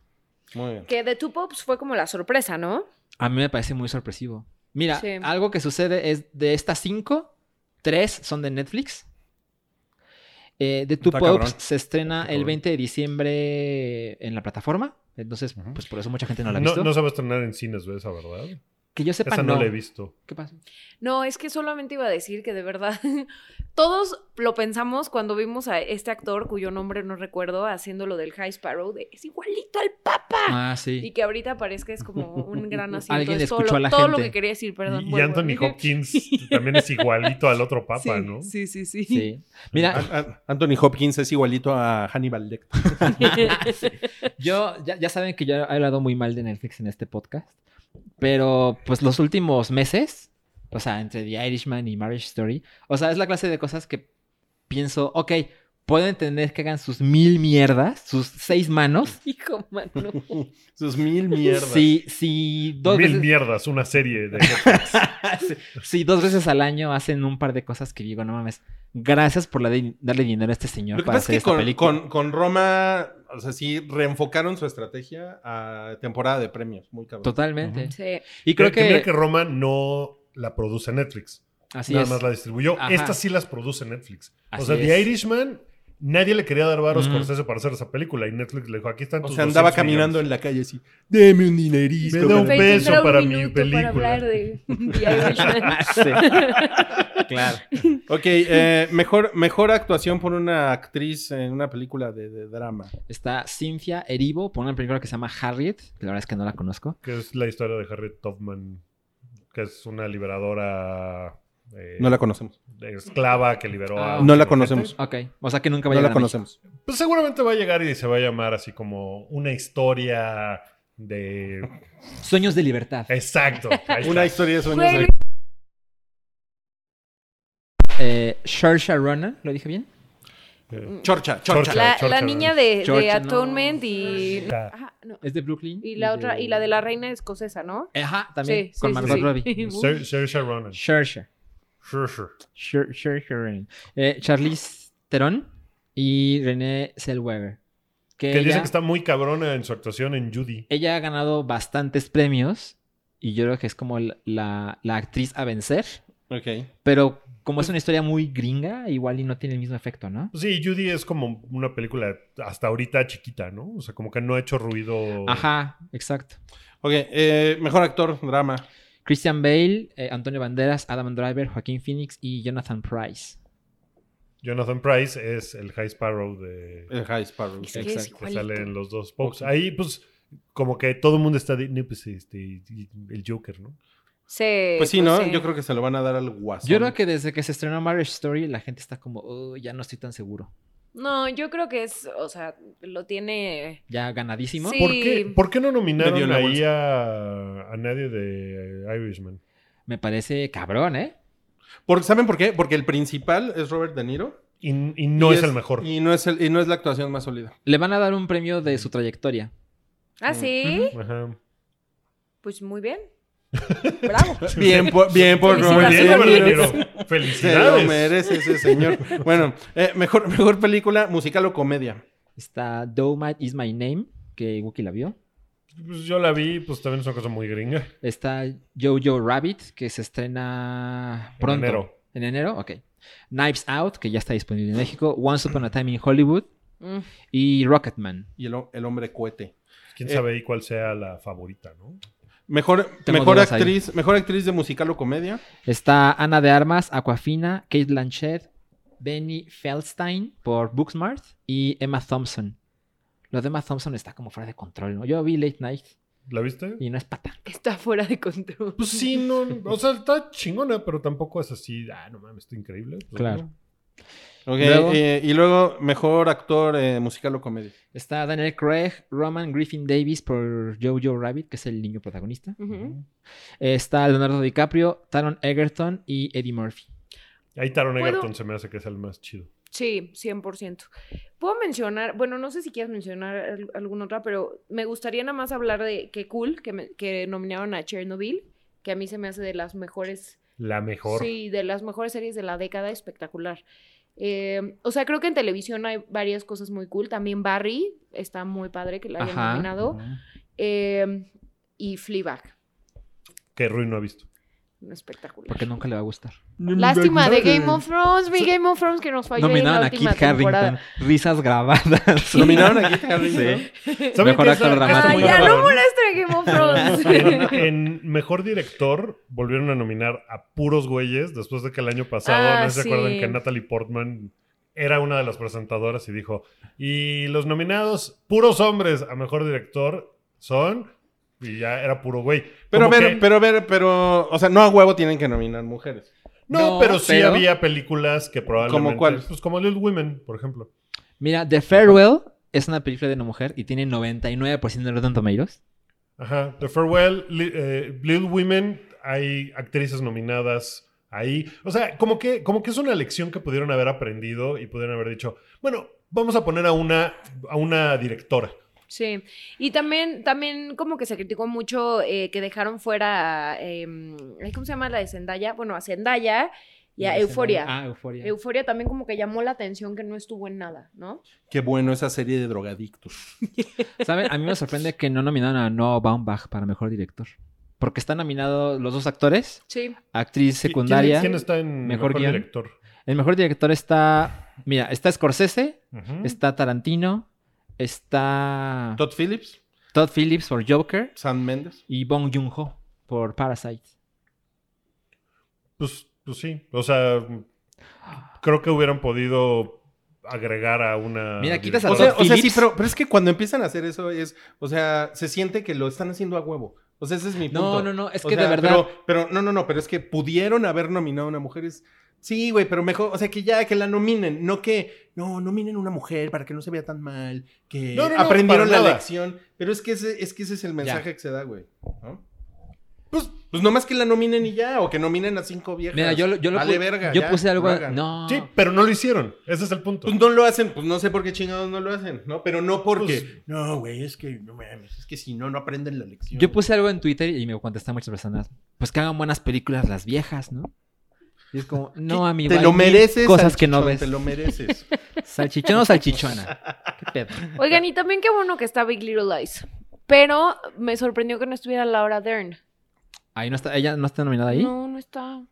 Speaker 2: Muy bien.
Speaker 3: Que The Two Pops fue como la sorpresa, ¿no?
Speaker 4: A mí me parece muy sorpresivo. Mira,
Speaker 3: Sí.
Speaker 4: algo que sucede es de estas cinco, tres son de Netflix. Eh, The Two
Speaker 2: Está
Speaker 4: Popes
Speaker 2: cabrón.
Speaker 4: se estrena
Speaker 2: Está
Speaker 4: el
Speaker 2: cabrón.
Speaker 4: 20 de diciembre en la plataforma. Entonces,
Speaker 5: Ujú.
Speaker 4: pues por eso mucha gente no la ha
Speaker 5: No,
Speaker 4: visto.
Speaker 5: no se va a estrenar en cines, ¿ves? Esa, ¿verdad?
Speaker 4: que yo sepa,
Speaker 5: Esa
Speaker 4: no.
Speaker 5: no la he visto.
Speaker 4: ¿Qué pasa?
Speaker 3: No, es que solamente iba a decir que de verdad todos lo pensamos cuando vimos a este actor cuyo nombre no recuerdo haciendo lo del High Sparrow de es igualito al Papa
Speaker 4: Ah,
Speaker 3: y
Speaker 4: sí.
Speaker 3: que ahorita parezca es como un gran asiento.
Speaker 4: Alguien
Speaker 3: es todo,
Speaker 4: escuchó
Speaker 3: lo,
Speaker 4: a la
Speaker 3: todo lo
Speaker 4: gente.
Speaker 3: que quería decir, perdón.
Speaker 5: y, y
Speaker 3: vuelvo.
Speaker 5: Anthony Hopkins también es igualito al otro papa,
Speaker 3: Sí,
Speaker 5: ¿no?
Speaker 3: Sí, sí, sí.
Speaker 4: Sí.
Speaker 5: Ah,
Speaker 4: Mira,
Speaker 2: An- An- Anthony Hopkins es igualito a Hannibal Lecter.
Speaker 4: Yo, ya, ya saben que yo he hablado muy mal de Netflix en este podcast, pero pues los últimos meses, o sea, entre The Irishman y Marriage Story, o sea, es la clase de cosas que pienso, ok, puedo entender que hagan sus mil mierdas, sus seis manos,
Speaker 3: Hijo, mano.
Speaker 2: Sus mil mierdas.
Speaker 4: si, si, dos,
Speaker 5: Mil
Speaker 4: veces,
Speaker 5: mierdas, una serie de
Speaker 4: si dos veces al año hacen un par de cosas que digo, no mames, gracias por la de- darle dinero a este señor
Speaker 2: Lo que
Speaker 4: para
Speaker 2: pasa es
Speaker 4: hacer
Speaker 2: que
Speaker 4: esta
Speaker 2: con,
Speaker 4: película.
Speaker 2: con- con Roma, o sea, sí reenfocaron su estrategia a temporada de premios. Muy cabrón.
Speaker 4: Totalmente.
Speaker 3: Sí.
Speaker 4: Y creo que,
Speaker 5: mira que Roma no la produce Netflix.
Speaker 4: así
Speaker 5: nada
Speaker 4: es.
Speaker 5: más la distribuyó.
Speaker 4: Ajá.
Speaker 5: Estas sí las produce Netflix.
Speaker 4: Así
Speaker 5: o sea, The
Speaker 4: es.
Speaker 5: Irishman, nadie le quería dar varos a
Speaker 4: Mm.
Speaker 5: Scorsese para hacer esa película. Y Netflix le dijo, aquí están
Speaker 2: O
Speaker 5: tus
Speaker 2: sea, andaba
Speaker 5: 200
Speaker 2: caminando
Speaker 5: millones.
Speaker 2: en la calle así. Deme un dinerito.
Speaker 5: Me da un
Speaker 2: cabrón".
Speaker 3: Fey,
Speaker 5: beso
Speaker 3: tendrá un
Speaker 5: para mi
Speaker 3: minuto
Speaker 5: película.
Speaker 3: Para hablar de The Irishman.
Speaker 4: Sí. Claro.
Speaker 2: Ok, eh, mejor, mejor actuación por una actriz en una película de, de drama.
Speaker 4: Está Cynthia Erivo por una película que se llama Harriet, que la verdad es que no la conozco.
Speaker 5: Que es la historia de Harriet Tubman, que es una liberadora... eh,
Speaker 2: No la conocemos.
Speaker 5: esclava que liberó
Speaker 4: Ah,
Speaker 5: a...
Speaker 2: No la
Speaker 5: gente.
Speaker 2: conocemos.
Speaker 4: Ok, o sea que nunca va a
Speaker 2: No la
Speaker 4: llegar a
Speaker 2: conocemos.
Speaker 5: Pues seguramente va a llegar y se va a llamar así como una historia de...
Speaker 4: México. Sueños de libertad.
Speaker 5: Eh. Exacto. ahí está.
Speaker 2: Una historia de sueños.
Speaker 3: Güey,
Speaker 2: de-
Speaker 4: Eh, Saoirse Ronan, ¿lo dije bien?
Speaker 5: Eh,
Speaker 2: Chorcha,
Speaker 5: Chorcha.
Speaker 2: chorcha.
Speaker 3: La,
Speaker 5: Chorcha,
Speaker 3: la niña de, de
Speaker 4: Chorcha, no.
Speaker 3: Atonement y...
Speaker 5: Chorcha.
Speaker 3: Ajá, no.
Speaker 4: Es de Brooklyn.
Speaker 3: Y la otra, y la de la reina escocesa, ¿no?
Speaker 4: Ajá, también.
Speaker 3: Sí, sí,
Speaker 4: con
Speaker 3: sí,
Speaker 4: Margot
Speaker 3: sí.
Speaker 4: Robbie.
Speaker 5: Sir- Saoirse Ronan.
Speaker 4: Saoirse.
Speaker 5: Sure, sure.
Speaker 4: Saoir- Saoirse Ronan. Eh, Charlize Theron y Renée Zellweger. Que,
Speaker 5: Que
Speaker 4: ella,
Speaker 5: dicen que está muy cabrona en su actuación en Judy.
Speaker 4: ella ha ganado bastantes premios y yo creo que es como la- la, la actriz a vencer.
Speaker 2: Ok.
Speaker 4: Pero como es una historia muy gringa, igual y no tiene el mismo efecto, ¿no?
Speaker 5: Pues Sí, Judy es como una película hasta ahorita chiquita, ¿no? O sea, Oh. como que no ha hecho ruido.
Speaker 4: Ajá, exacto.
Speaker 2: Ok, eh, mejor actor, drama.
Speaker 4: Christian Bale, eh, Antonio Banderas, Adam Driver, Joaquín Phoenix y Jonathan Price.
Speaker 5: Jonathan Price es el High Sparrow de
Speaker 2: El High Sparrow.
Speaker 3: Es que
Speaker 2: Exacto.
Speaker 3: es
Speaker 5: que
Speaker 3: igualito.
Speaker 5: sale en los dos Pokes. Ahí, pues, como que todo el mundo está. de- no, pues, este, y- el Joker, ¿no?
Speaker 3: Sí,
Speaker 2: Pues sí, ¿no?
Speaker 3: sí.
Speaker 2: Yo creo que se lo van a dar al guasón.
Speaker 4: Yo creo que desde que se estrenó Marriage Story la gente está como, "Oh, ya no estoy tan seguro.
Speaker 3: No, yo creo que es, o sea, lo tiene...
Speaker 4: Ya ganadísimo.
Speaker 3: Sí.
Speaker 5: ¿Por qué, ¿Por qué no
Speaker 2: Le dio
Speaker 5: nominaron
Speaker 2: la
Speaker 5: ahí a, a nadie de Irishman?
Speaker 4: Me parece cabrón, ¿eh?
Speaker 2: Por- ¿Saben por qué? Porque el principal es Robert De Niro.
Speaker 5: Y, y no
Speaker 2: Y
Speaker 5: es, el mejor.
Speaker 2: Y no es, el- y no es la actuación más sólida.
Speaker 4: Le van a dar un premio de su trayectoria.
Speaker 5: Mm,
Speaker 3: Ah, sí.
Speaker 5: Ajá.
Speaker 3: Pues muy bien. Bravo.
Speaker 2: Bien, pues, por- bien por
Speaker 5: Muy
Speaker 3: Felicidades.
Speaker 2: Robert
Speaker 5: bien,
Speaker 2: De
Speaker 5: Robert
Speaker 2: Niro.
Speaker 5: De Niro.
Speaker 2: Se lo
Speaker 5: Felicidades.
Speaker 2: merece ese señor. Bueno, eh, mejor, mejor película, musical o comedia.
Speaker 4: Está Domat Is My Name, que Wookie la vio.
Speaker 5: Pues yo la vi, pues también es una cosa muy gringa.
Speaker 4: Está Jojo Rabbit, que se estrena pronto.
Speaker 5: enero.
Speaker 4: ¿En enero? Ok. Knives Out, que ya está disponible en México. Once Upon a Time in Hollywood.
Speaker 3: Mm.
Speaker 4: Y Rocketman.
Speaker 2: Y el, ho- el hombre cohete.
Speaker 5: Pues, Quién
Speaker 2: Eh,
Speaker 5: sabe ahí cuál sea la favorita, ¿no?
Speaker 2: Mejor,
Speaker 4: Tengo
Speaker 2: mejor
Speaker 4: dudas ahí.
Speaker 2: actriz, mejor actriz de musical o comedia.
Speaker 4: Está Ana de Armas, Aquafina, Kate Blanchett, Benny Feldstein por Booksmart y Emma Thompson. Lo de Emma Thompson está como fuera de control, ¿no? Yo vi Late Night
Speaker 5: ¿La viste?
Speaker 4: y no es pata.
Speaker 3: Está fuera de control.
Speaker 5: Pues sí, no. O sea, está chingona, pero tampoco es así. Ah, no mames, está increíble. Pues
Speaker 4: Claro.
Speaker 5: no.
Speaker 2: Ok,
Speaker 4: Luego.
Speaker 2: eh, y luego mejor actor eh, musical o comedia.
Speaker 4: Está Daniel Craig, Roman Griffin Davis por Jojo Rabbit, que es el niño protagonista.
Speaker 3: Ujú.
Speaker 4: Está Leonardo DiCaprio, Taron Egerton y Eddie Murphy.
Speaker 5: Ahí Taron
Speaker 3: ¿Puedo?
Speaker 5: Egerton se me hace que es el más chido.
Speaker 3: Sí, 100%. Puedo mencionar, bueno, no sé si quieres mencionar al- alguna otra, pero me gustaría nada más hablar de qué cool que, me- que nominaron a Chernobyl, que a mí se me hace de las mejores,
Speaker 5: La mejor.
Speaker 3: sí, de las mejores series de la década, espectacular. Eh, o sea, creo que en televisión hay varias cosas muy cool. También Barry está muy padre que la hayan
Speaker 4: Ajá.
Speaker 3: nominado. Eh, y Fleabag,
Speaker 5: Que Rui no ha visto.
Speaker 3: espectacular.
Speaker 4: Porque nunca le va a gustar.
Speaker 3: Lástima de Game of Thrones, mi Game of Thrones que nos falló en Pues la
Speaker 4: Nominaron a Kit
Speaker 3: última
Speaker 4: Harrington.
Speaker 3: temporada.
Speaker 4: Risas grabadas.
Speaker 2: Nominaron a Kit Harington.
Speaker 4: Sí.
Speaker 5: ¿Saben
Speaker 4: Mejor actor
Speaker 5: qué es la-
Speaker 4: dramático.
Speaker 5: es
Speaker 3: Ay,
Speaker 5: muy
Speaker 3: ya no
Speaker 5: cabrón?
Speaker 3: molesta a Game of Thrones.
Speaker 5: en, en Mejor Director volvieron a nominar a puros güeyes después de que el año pasado,
Speaker 3: Ah,
Speaker 5: no sé si
Speaker 3: sí.
Speaker 5: se acuerdan que Natalie Portman era una de las presentadoras y dijo, y los nominados puros hombres a Mejor Director son... Y ya era puro güey.
Speaker 2: Pero a
Speaker 5: Como
Speaker 2: ver,
Speaker 5: que-
Speaker 2: pero a ver, pero. O sea, no a huevo tienen que nominar mujeres.
Speaker 5: No,
Speaker 4: No,
Speaker 5: pero sí
Speaker 4: pero-
Speaker 5: había películas que probablemente...
Speaker 2: ¿Cómo cuál?
Speaker 5: Pues como Little Women, por ejemplo.
Speaker 4: Mira, The Farewell es una película de una mujer y tiene 99% de Rotten Tomatoes.
Speaker 5: Ajá. The Farewell, Li- eh, Little Women, hay actrices nominadas ahí. O sea, como que, como que es una lección que pudieron haber aprendido y pudieron haber dicho, bueno, vamos a poner a una, a una directora.
Speaker 3: Sí, y también, también como que se criticó mucho eh, que dejaron fuera, a, em, ay, ¿cómo se llama la de Zendaya? Bueno, a Zendaya y a Euforia.
Speaker 4: Ah, Euforia.
Speaker 3: Euforia también como que llamó la atención que no estuvo en nada, ¿no?
Speaker 2: Qué bueno esa serie de drogadictos.
Speaker 4: ¿Saben? A mí me sorprende que no nominaron a Noah Baumbach para mejor director. Porque están nominados los dos actores,
Speaker 3: Sí.
Speaker 4: actriz secundaria.
Speaker 5: ¿Quién, quién está en
Speaker 4: Mejor
Speaker 5: mejor,
Speaker 4: guión.
Speaker 5: director?
Speaker 4: El mejor director está. Mira, está Scorsese,
Speaker 5: Ujú.
Speaker 4: está Tarantino, está
Speaker 2: Mm. Todd Phillips,
Speaker 4: Todd Phillips por Joker
Speaker 2: Sam Mendes.
Speaker 4: y Bong Joon-ho por Parasite.
Speaker 5: Pues, pues sí. O sea, creo que hubieran podido agregar a una.
Speaker 4: Mira, quitas
Speaker 2: O
Speaker 4: a
Speaker 5: directora.
Speaker 2: sea,
Speaker 4: Todd
Speaker 2: o sea, sí,
Speaker 4: Phillips.
Speaker 2: pero, pero es que cuando empiezan a hacer eso es. O sea, se siente que lo están haciendo a huevo. O sea, ese es mi punto.
Speaker 4: No, no, no, es
Speaker 2: O
Speaker 4: que de
Speaker 2: sea,
Speaker 4: verdad.
Speaker 2: Pero, pero, no, no, no, pero es que pudieron haber nominado a una mujer. es- Sí, güey, pero mejor, o sea, que ya que la nominen, no que, no, nominen una mujer para que no se vea tan mal, que
Speaker 5: No, no, no,
Speaker 2: aprendieron
Speaker 5: para
Speaker 2: la
Speaker 5: nada.
Speaker 2: lección. Pero es que ese es, que ese es el mensaje que se da, güey. ¿no?
Speaker 5: Pues-
Speaker 2: Pues nomás que la nominen y ya, o que nominen a cinco viejas.
Speaker 4: Mira, yo, lo- yo, lo
Speaker 2: Vale
Speaker 4: pu-
Speaker 2: verga,
Speaker 4: yo
Speaker 2: ya,
Speaker 4: puse algo.
Speaker 2: lo hagan.
Speaker 4: No.
Speaker 5: Sí, pero no lo hicieron. Ese es el punto.
Speaker 2: Pues no lo hacen, pues no sé por qué chingados no lo hacen, ¿no? Pero no porque,
Speaker 5: Pues-
Speaker 2: no, güey, es que, no mames, es que si no, no aprenden la lección.
Speaker 4: Yo puse algo en Twitter y me contestan muchas personas. Pues que hagan buenas películas las viejas, ¿no? Y es como, no, amigo.
Speaker 2: te
Speaker 4: hay
Speaker 2: lo
Speaker 4: mil
Speaker 2: mereces,
Speaker 4: Cosas que no
Speaker 2: salchichón,
Speaker 4: ves.
Speaker 2: Te lo mereces.
Speaker 4: Salchichón o salchichona. ¿Qué pedo?
Speaker 3: Oigan, y también qué bueno que está Big Little Lies, pero me sorprendió que no estuviera Laura Dern.
Speaker 4: Ahí no está, ella no está nominada ahí.
Speaker 3: No, no está.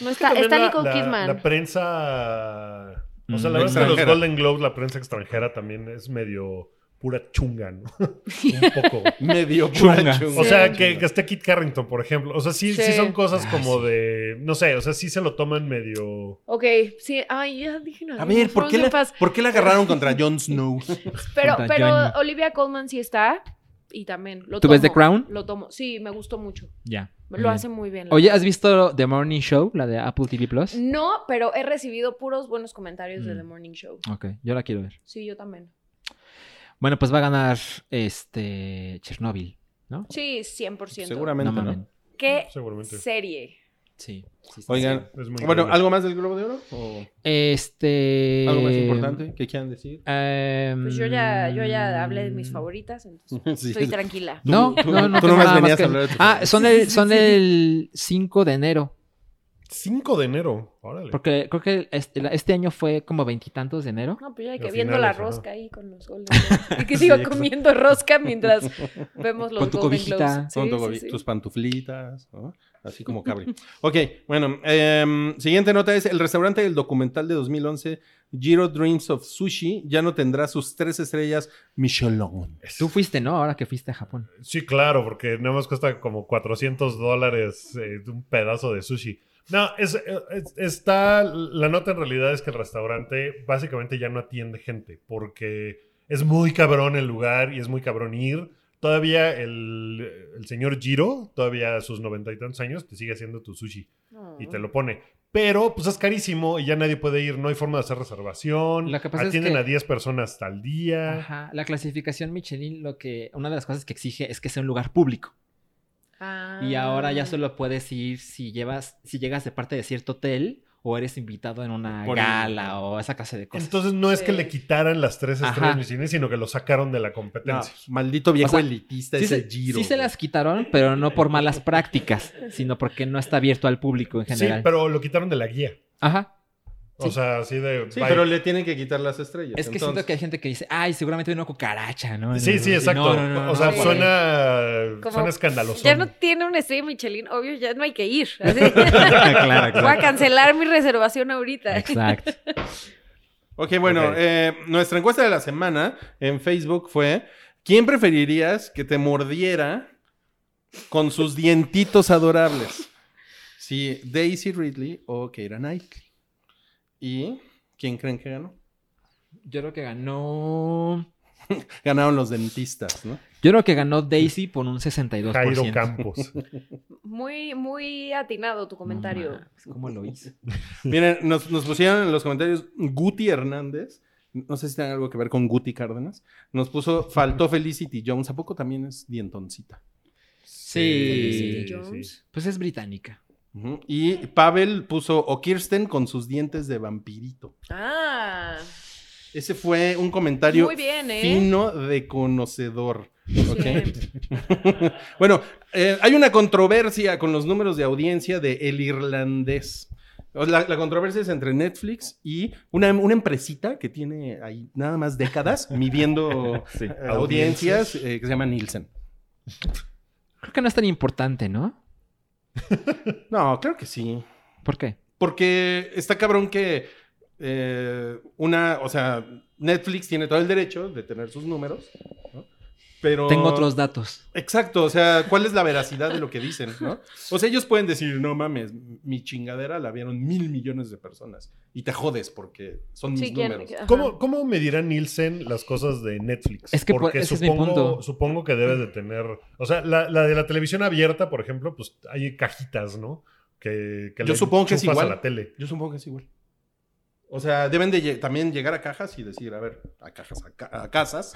Speaker 3: No
Speaker 5: Es que
Speaker 3: está,
Speaker 5: también
Speaker 3: está
Speaker 5: la-
Speaker 3: Nicole
Speaker 5: la-
Speaker 3: Kidman.
Speaker 5: La prensa.
Speaker 4: Mm,
Speaker 5: O sea, la verdad es que los
Speaker 2: Mm, extranjera.
Speaker 5: Golden Globes, la prensa extranjera también es medio pura chunga, ¿no? Un poco.
Speaker 2: Medio chunga.
Speaker 5: O
Speaker 3: Sí.
Speaker 5: sea, que, que esté Kit Carrington, por ejemplo. O sea, sí, sí
Speaker 3: Sí.
Speaker 5: son
Speaker 2: Ah,
Speaker 5: cosas como de. No sé, o sea, sí se lo toman medio.
Speaker 3: Ok, sí, ay, ya dije no.
Speaker 2: A ver, ¿por qué,
Speaker 3: Frozen
Speaker 2: la,
Speaker 3: Pass.
Speaker 2: ¿por qué la agarraron contra Jon Snow?
Speaker 3: Pero,
Speaker 4: Contra
Speaker 3: pero
Speaker 4: Johnny.
Speaker 3: Olivia Colman sí está y también lo
Speaker 4: ¿Tú ves
Speaker 3: tomo,
Speaker 4: The Crown?
Speaker 3: Lo tomo, sí, me gustó mucho.
Speaker 4: Ya.
Speaker 3: Lo
Speaker 4: muy bien.
Speaker 3: hace muy bien. la Mm.
Speaker 4: Oye, ¿has visto The Morning Show, la de Apple TV Plus?
Speaker 3: No, pero he recibido puros buenos comentarios de
Speaker 4: Mm.
Speaker 3: The Morning Show.
Speaker 4: Ok, yo la quiero ver.
Speaker 3: Sí, yo también.
Speaker 4: Bueno, pues va a ganar este Chernobyl, ¿no?
Speaker 3: Sí, 100%.
Speaker 2: Seguramente no.
Speaker 4: no mamen.
Speaker 3: ¿Qué
Speaker 5: Seguramente.
Speaker 3: serie?
Speaker 4: Sí. sí, sí,
Speaker 2: Oigan,
Speaker 5: Es muy
Speaker 2: bueno,
Speaker 5: increíble.
Speaker 2: ¿algo más del Globo de Oro? ¿O
Speaker 4: sí. Este.
Speaker 2: ¿Algo más importante que quieran decir?
Speaker 4: em,
Speaker 3: Pues yo ya, yo ya hablé de mis favoritas, entonces
Speaker 2: Sí.
Speaker 3: estoy tranquila.
Speaker 4: No,
Speaker 2: Tú- tú-
Speaker 4: no, no.
Speaker 2: tú
Speaker 4: tengo
Speaker 2: nomás
Speaker 4: nada
Speaker 2: venías
Speaker 4: que-
Speaker 2: a hablar de tu
Speaker 4: Ah,
Speaker 2: favorito.
Speaker 4: son el, son el 5 de enero.
Speaker 5: 5 de enero. Órale.
Speaker 4: Porque creo que este, la- este año fue como veintitantos de enero.
Speaker 3: No, pues ya que
Speaker 5: Los
Speaker 3: viendo la
Speaker 5: finales, ajá.
Speaker 3: rosca ahí con los Golden Globes. Y que sigo comiendo rosca mientras vemos los
Speaker 4: Con tu
Speaker 3: Golden
Speaker 4: cobijita.
Speaker 3: Globes.
Speaker 2: Son
Speaker 3: Sí,
Speaker 2: tu
Speaker 3: sí,
Speaker 2: gobi-
Speaker 3: sí.
Speaker 2: tus pantuflitas, ¿no? Así como cable. ok, bueno, em, siguiente nota es el restaurante del documental de 2011, Giro Dreams of Sushi, ya no tendrá sus tres estrellas Michelin.
Speaker 4: Tú fuiste, ¿no? Ahora que fuiste a Japón.
Speaker 5: Sí, claro, porque nada más cuesta como 400 dólares eh, un pedazo de sushi. No, es, eh, es- está. La nota en realidad es que el restaurante básicamente ya no atiende gente porque es muy cabrón el lugar y es muy cabrón ir. Todavía el, el señor Giro, todavía a sus noventa y tantos años, te sigue haciendo tu sushi y te lo pone. Pero pues es carísimo y ya nadie puede ir, no hay forma de hacer reservación.
Speaker 4: Lo que pasa es
Speaker 5: Atienden
Speaker 4: que-
Speaker 5: a 10 personas al
Speaker 2: Ah.
Speaker 5: día.
Speaker 4: Ajá. La clasificación Michelin, lo que una de las cosas que exige es que sea un lugar público.
Speaker 3: Ah.
Speaker 4: Y ahora ya solo puedes ir si llevas, si llegas de parte de cierto hotel o eres invitado en una
Speaker 2: Por-
Speaker 4: gala o esa clase de cosas.
Speaker 5: Entonces no es que
Speaker 3: Sí.
Speaker 5: le quitaran las tres estrellas
Speaker 4: Ajá.
Speaker 5: Michelin, sino que lo sacaron de la
Speaker 2: No,
Speaker 5: competencia.
Speaker 2: maldito viejo
Speaker 4: O sea,
Speaker 2: elitista
Speaker 4: sí,
Speaker 2: ese
Speaker 4: se,
Speaker 2: Giro.
Speaker 4: sí se las quitaron, pero no por malas prácticas, sino porque no está abierto al público en
Speaker 5: Sí,
Speaker 4: general.
Speaker 5: pero lo quitaron de la guía.
Speaker 4: Ajá.
Speaker 5: O sea, así de...
Speaker 2: Sí,
Speaker 5: bye.
Speaker 2: pero le tienen que quitar las estrellas.
Speaker 4: Es que
Speaker 2: entonces.
Speaker 4: siento que hay gente que dice, ay, seguramente vino cucaracha, ¿no?
Speaker 5: Sí, sí,
Speaker 4: Y
Speaker 5: exacto.
Speaker 4: no, no, no,
Speaker 5: o
Speaker 4: no,
Speaker 5: sea,
Speaker 4: por ahí.
Speaker 5: suena,
Speaker 3: Como-
Speaker 5: suena escandaloso.
Speaker 3: Ya no tiene una estrella Michelin, obvio, ya no hay que ir. Así.
Speaker 4: claro,
Speaker 3: Voy a
Speaker 4: claro.
Speaker 3: cancelar mi reservación ahorita.
Speaker 4: Exacto.
Speaker 2: Ok, bueno,
Speaker 5: Ok.
Speaker 2: eh, nuestra encuesta de la semana en Facebook fue: ¿Quién preferirías que te mordiera con sus dientitos adorables? Si Daisy Ridley o Keira Knightley. ¿Y quién creen que ganó?
Speaker 4: Yo creo que ganó.
Speaker 2: Ganaron los dentistas, ¿no?
Speaker 4: Yo creo que ganó Daisy por un 62%.
Speaker 5: Jairo Campos.
Speaker 3: Muy, muy atinado tu comentario.
Speaker 4: No mames, ¿Cómo lo hizo?
Speaker 2: Miren, nos, nos pusieron en los comentarios Guti Hernández. No sé si tiene algo que ver con Guti Cárdenas. Nos puso: faltó Felicity Jones. ¿A poco también es dientoncita?
Speaker 4: Sí.
Speaker 5: Sí,
Speaker 3: Jones.
Speaker 4: Pues es británica.
Speaker 2: Ujú. Y Pavel puso o Kirsten con sus dientes de vampirito.
Speaker 3: Ah,
Speaker 2: Ese fue un comentario
Speaker 3: Muy bien, ¿eh?
Speaker 2: fino de conocedor. ¿ok?
Speaker 3: sí.
Speaker 2: bueno, eh, hay una controversia con los números de audiencia de El Irlandés. O La, la controversia es entre Netflix y una, una empresita que tiene ahí nada más décadas midiendo
Speaker 5: Sí.
Speaker 2: eh, audiencias eh, que se llama Nielsen.
Speaker 4: Creo que no es tan importante, ¿no?
Speaker 2: No, claro que sí.
Speaker 4: ¿Por qué?
Speaker 2: Porque está cabrón que eh, una, o sea, Netflix tiene todo el derecho de tener sus números, ¿no? Pero...
Speaker 4: Tengo otros datos.
Speaker 2: Exacto, o sea, ¿cuál es la veracidad de lo que dicen, no? O sea, ellos pueden decir, no mames, mi chingadera la vieron mil millones de personas y te jodes porque son mis
Speaker 3: Sí, ¿quién?
Speaker 2: números.
Speaker 3: Ajá.
Speaker 5: ¿Cómo, ¿Cómo medirá Nielsen las cosas de Netflix?
Speaker 4: Es que por-
Speaker 5: Porque
Speaker 4: ese es mi
Speaker 5: supongo,
Speaker 4: punto.
Speaker 5: supongo que debes de tener. O sea, la, la de la televisión abierta, por ejemplo, pues hay cajitas, ¿no? Que, que
Speaker 2: Yo supongo que es
Speaker 5: enchufas
Speaker 2: igual.
Speaker 5: a la tele.
Speaker 2: Yo supongo que es igual. O sea, deben de lle- también llegar a cajas y decir, a ver, a cajas, a, ca- a casas.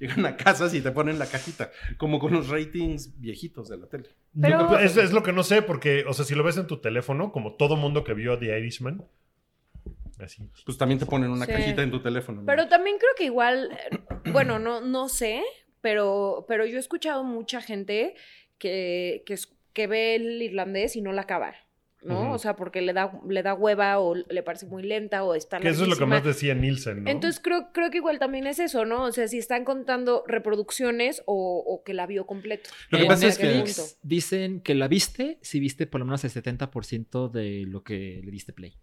Speaker 2: Llegan a casas y te ponen la cajita, como con los ratings viejitos de la tele.
Speaker 3: Pero-
Speaker 5: No, es, es lo que no sé, porque, o sea, si lo ves en tu teléfono, como todo mundo que vio a The Irishman, así.
Speaker 2: Pues también te ponen una
Speaker 3: Sí.
Speaker 2: cajita en tu teléfono. ¿no?
Speaker 3: Pero también creo que igual, eh, bueno, no, no sé, pero, pero yo he escuchado mucha gente que, que, es- que ve el irlandés y no la acaba, ¿no?
Speaker 2: Ujú.
Speaker 3: O sea, porque le da, le da hueva o le parece muy lenta o está
Speaker 5: Que eso es lo que
Speaker 3: larguísima.
Speaker 5: más decía Nielsen, ¿no?
Speaker 3: Entonces creo, creo que igual también es eso, ¿no? O sea, si están contando reproducciones o, o que la vio completo. Eh,
Speaker 2: Lo que
Speaker 4: En
Speaker 2: pasa es que-
Speaker 4: Netflix
Speaker 3: Punto.
Speaker 4: dicen que la viste si viste por lo menos el 70% de lo que le diste play.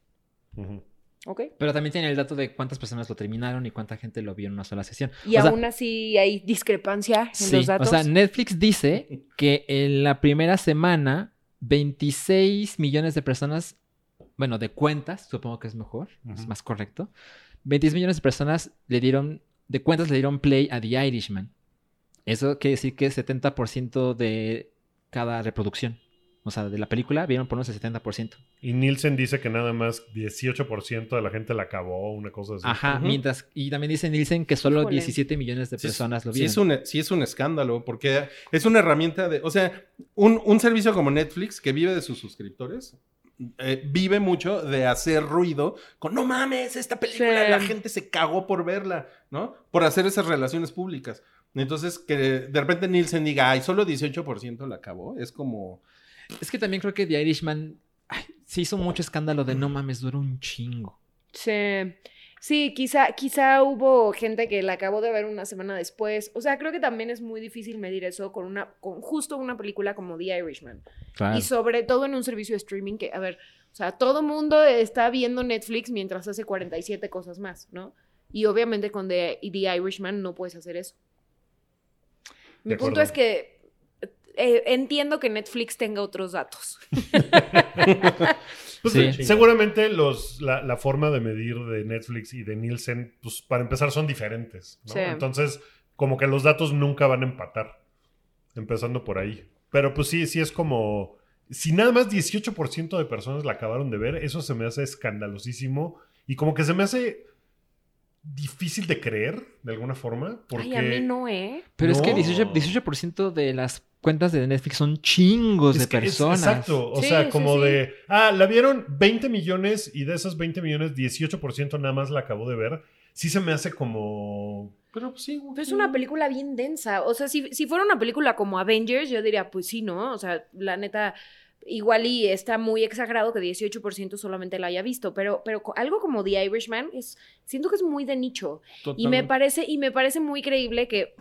Speaker 5: Ujú.
Speaker 3: ¿Ok?
Speaker 4: Pero también tiene el dato de cuántas personas lo terminaron y cuánta gente lo vio en una sola sesión.
Speaker 3: Y
Speaker 4: O sea,
Speaker 3: aún así hay discrepancia en
Speaker 4: sí,
Speaker 3: los datos.
Speaker 4: O sea, Netflix dice que en la primera semana 26 millones de personas, bueno, de cuentas, supongo que es mejor, es
Speaker 2: Ujú.
Speaker 4: más correcto. 26 millones de personas le dieron, de cuentas le dieron play a The Irishman. Eso quiere decir que 70% de cada reproducción, o sea, de la película, vieron por unos el 70%.
Speaker 5: Y Nielsen dice que nada más 18% de la gente la acabó, una cosa así.
Speaker 4: Ajá,
Speaker 2: Ujú.
Speaker 4: mientras, y también dicen, dicen que solo
Speaker 3: Híjole.
Speaker 4: 17 millones de
Speaker 2: Sí es-
Speaker 4: personas lo
Speaker 2: Sí
Speaker 4: vieron.
Speaker 2: es, un, sí es un escándalo, porque es una herramienta de... O sea, un, un servicio como Netflix que vive de sus suscriptores, eh, vive mucho de hacer ruido con, no mames, esta película,
Speaker 3: Sí.
Speaker 2: la gente se cagó por verla, ¿no? Por hacer esas relaciones públicas. Entonces, que de repente Nielsen diga, ay, solo 18% la acabó, es como...
Speaker 4: Es que también creo que The Irishman ay, se hizo mucho escándalo de no mames, duró un chingo.
Speaker 3: Sí. Sí, quizá, quizá hubo gente que la acabó de ver una semana después. O sea, creo que también es muy difícil medir eso con una, con justo una película como The Irishman.
Speaker 4: Claro.
Speaker 3: Y sobre todo en un servicio de streaming que, a ver, o sea, todo mundo está viendo Netflix mientras hace 47 cosas más, ¿no? Y obviamente con The, The Irishman no puedes hacer eso. Mi
Speaker 5: De
Speaker 3: punto
Speaker 5: acuerdo.
Speaker 3: es que eh, entiendo que Netflix tenga otros datos.
Speaker 5: Pues,
Speaker 4: Sí.
Speaker 5: eh, Seguramente los, la, la forma de medir de Netflix y de Nielsen, pues para empezar son diferentes. ¿no?
Speaker 3: Sí.
Speaker 5: Entonces, como que los datos nunca van a empatar, empezando por ahí. Pero pues sí, sí es como, si nada más 18% de personas la acabaron de ver, eso se me hace escandalosísimo y como que se me hace difícil de creer, de alguna forma,
Speaker 3: Ay,
Speaker 5: porque...
Speaker 3: a mí no, ¿eh?
Speaker 4: Pero es que
Speaker 5: No.
Speaker 4: 18%, 18% de las cuentas de Netflix son chingos de
Speaker 5: Es que es-
Speaker 4: personas.
Speaker 5: exacto, o
Speaker 3: Sí,
Speaker 5: sea,
Speaker 3: sí,
Speaker 5: como
Speaker 3: sí.
Speaker 5: de, ah, la vieron 20 millones y de esos 20 millones, 18% nada más la acabó de ver. Sí se me hace como...
Speaker 2: Pero pues, sí, güey.
Speaker 3: Pero es una película bien densa. O sea, si, si fuera una película como Avengers, yo diría, pues sí, ¿no? O sea, la neta, igual y está muy exagerado que 18% solamente la haya visto. Pero, pero co- algo como The Irishman, es, siento que es muy de nicho. Y me,
Speaker 2: Totalmente.
Speaker 3: parece, y me parece muy creíble que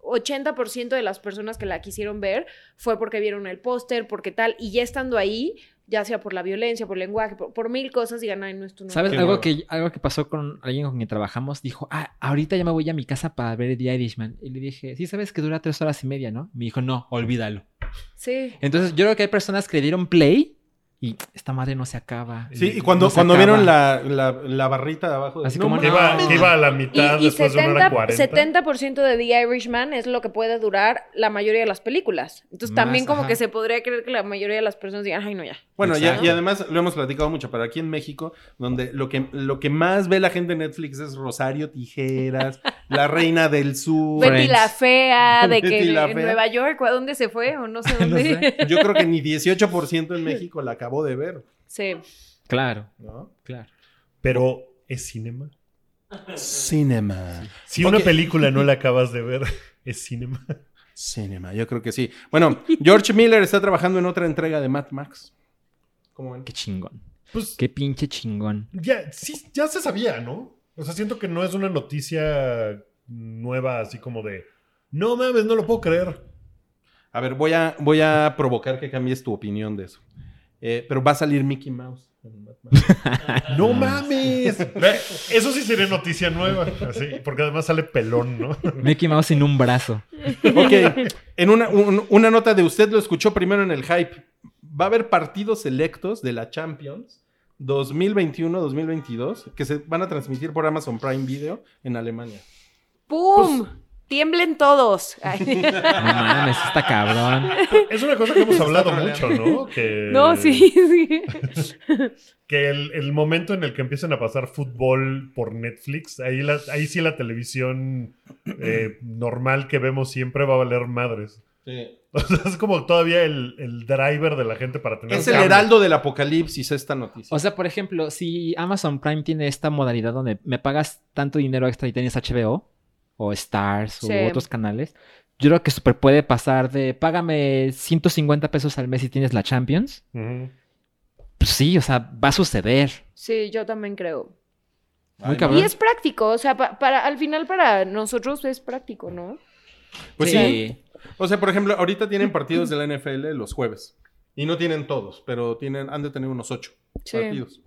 Speaker 3: 80% de las personas que la quisieron ver fue porque vieron el póster, porque tal, y ya estando ahí, ya sea por la violencia, por el lenguaje, por, por mil cosas, digan, ay, no, esto no.
Speaker 4: ¿Sabes?
Speaker 2: Qué
Speaker 4: Algo
Speaker 2: hueva.
Speaker 4: que, algo que pasó con alguien con quien trabajamos dijo, ah, ahorita ya me voy a mi casa para ver The Irishman. Y le dije, sí, sabes que dura tres horas y media, ¿no? Me dijo, no, olvídalo.
Speaker 3: Sí.
Speaker 4: Entonces, yo creo que hay personas que le dieron play y esta madre no se acaba.
Speaker 2: Sí, y cuando,
Speaker 4: No se
Speaker 2: cuando
Speaker 4: acaba.
Speaker 2: vieron la, la, la barrita de abajo... de-
Speaker 4: Así
Speaker 2: "No
Speaker 4: como,
Speaker 5: Que
Speaker 2: mames,
Speaker 5: iba,
Speaker 4: No.
Speaker 5: que iba a la mitad
Speaker 3: Y, y
Speaker 5: después de una hora
Speaker 3: 70%,
Speaker 5: 40.
Speaker 3: 70% de The Irishman es lo que puede durar la mayoría de las películas. Entonces
Speaker 4: Más,
Speaker 3: también como
Speaker 4: ajá.
Speaker 3: que se podría creer que la mayoría de las personas digan, ay, no, ya.
Speaker 2: Bueno, ya,
Speaker 4: Exacto.
Speaker 2: y además lo hemos platicado mucho, pero aquí en México, donde lo que, lo que más ve la gente en Netflix es Rosario Tijeras, La Reina del Sur.
Speaker 4: Friends.
Speaker 3: Betty la Fea, de que
Speaker 2: Betty la
Speaker 3: en
Speaker 2: Fea.
Speaker 3: Nueva York, ¿o ¿a dónde se fue? O no sé
Speaker 4: No
Speaker 3: dónde.
Speaker 4: sé.
Speaker 2: Yo creo que ni 18% en México la acabó de ver,
Speaker 3: sí.
Speaker 4: Claro,
Speaker 2: ¿no?
Speaker 4: claro.
Speaker 5: Pero es cinema.
Speaker 2: Cinema.
Speaker 5: Si una
Speaker 2: Ok.
Speaker 5: película no la acabas de ver, es cinema.
Speaker 2: Cinema, yo creo que sí. Bueno, George Miller está trabajando en otra entrega de Mad Max. ¿Cómo ven?
Speaker 4: Qué chingón.
Speaker 5: Pues
Speaker 4: Qué pinche chingón.
Speaker 5: ya, sí, ya se sabía, ¿no? O sea, siento que no es una noticia nueva así como de, no mames, no lo puedo creer.
Speaker 2: A ver, voy a, voy a provocar que cambies tu opinión de eso. Eh, pero va a salir Mickey Mouse. en Mad Max.
Speaker 5: ¡No mames! Ve, Eso sí sería noticia nueva. Así, porque además sale pelón, ¿no?
Speaker 4: Mickey Mouse sin un brazo.
Speaker 2: Ok, en una, un- una nota de usted lo escuchó primero en el hype. Va a haber partidos selectos de la Champions 2021-2022 que se van a transmitir por Amazon Prime Video en Alemania.
Speaker 3: ¡Pum! Tiemblen todos. Ay.
Speaker 4: No mames, está cabrón.
Speaker 5: Es una cosa que hemos hablado
Speaker 2: Está
Speaker 5: mucho, ¿no? Que,
Speaker 3: no, sí, sí.
Speaker 5: Que el, el momento en el que empiezan a pasar fútbol por Netflix, ahí, la, ahí sí la televisión eh, normal que vemos siempre va a valer madres. O sea, es como todavía el, el driver de la gente para tener...
Speaker 2: Es el heraldo del apocalipsis esta noticia.
Speaker 4: O sea, por ejemplo, si Amazon Prime tiene esta modalidad donde me pagas tanto dinero extra y tienes HBO o Stars
Speaker 3: Sí.
Speaker 4: o otros canales, yo creo que super puede pasar de págame 150 pesos al mes y tienes la Champions.
Speaker 5: Ujú.
Speaker 4: Pues sí, o sea, va a suceder.
Speaker 3: Sí, yo también creo.
Speaker 4: Muy
Speaker 2: Ay,
Speaker 4: cabrón.
Speaker 3: Y es práctico, o sea, pa- para, al final para nosotros es práctico, ¿no?
Speaker 2: Pues sí. O sea, por ejemplo, ahorita tienen partidos de la NFL los jueves. Y no tienen todos, pero tienen, han de tener unos ocho
Speaker 3: Sí.
Speaker 2: partidos.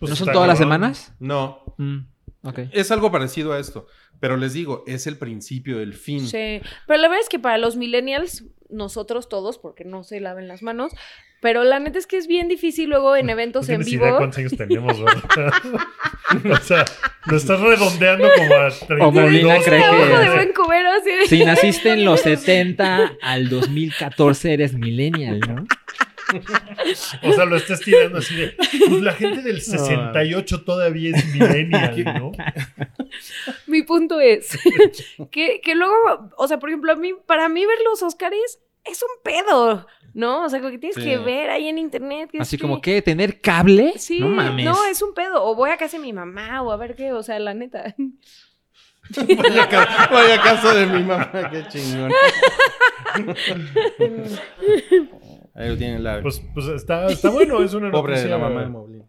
Speaker 5: Pues
Speaker 4: ¿No son
Speaker 5: está
Speaker 4: todas las
Speaker 5: cabrón.
Speaker 4: semanas?
Speaker 2: No,
Speaker 4: Mm, ok.
Speaker 2: es algo parecido a esto, pero les digo, es el principio, el fin.
Speaker 3: Sí, pero la verdad es que para los millennials, nosotros todos, porque no se laven las manos, pero la neta es que es bien difícil luego
Speaker 2: Mm,
Speaker 3: en
Speaker 5: No
Speaker 3: eventos en
Speaker 5: tienes
Speaker 3: vivo.
Speaker 5: idea cuántos años tenemos, ¿verdad? o sea, lo estás redondeando como a 32.
Speaker 4: O Molina cree
Speaker 3: Trabajo de
Speaker 4: que-
Speaker 3: buen cubero, así de-
Speaker 4: Si naciste en los 70 al 2014 eres millennial, ¿no?
Speaker 5: O sea, lo estás tirando así de. Pues la gente del 68 todavía es millennial, ¿no?
Speaker 3: Mi punto es que, que luego, o sea, por ejemplo, a mí, para mí ver los Óscares es un pedo, ¿no? O sea, lo que tienes
Speaker 2: Sí.
Speaker 3: que ver ahí en internet. que es
Speaker 4: Así como
Speaker 3: que-
Speaker 4: que tener cable.
Speaker 3: Sí,
Speaker 4: no mames.
Speaker 3: es un pedo. O voy a casa de mi mamá o a ver qué, o sea, la neta.
Speaker 2: Vaya, ca- vaya caso de mi mamá, qué chingón. Ahí lo tiene la
Speaker 5: Pues, pues está, está bueno, es una
Speaker 2: pobre de
Speaker 5: noticia.
Speaker 2: la mamá de Moblin.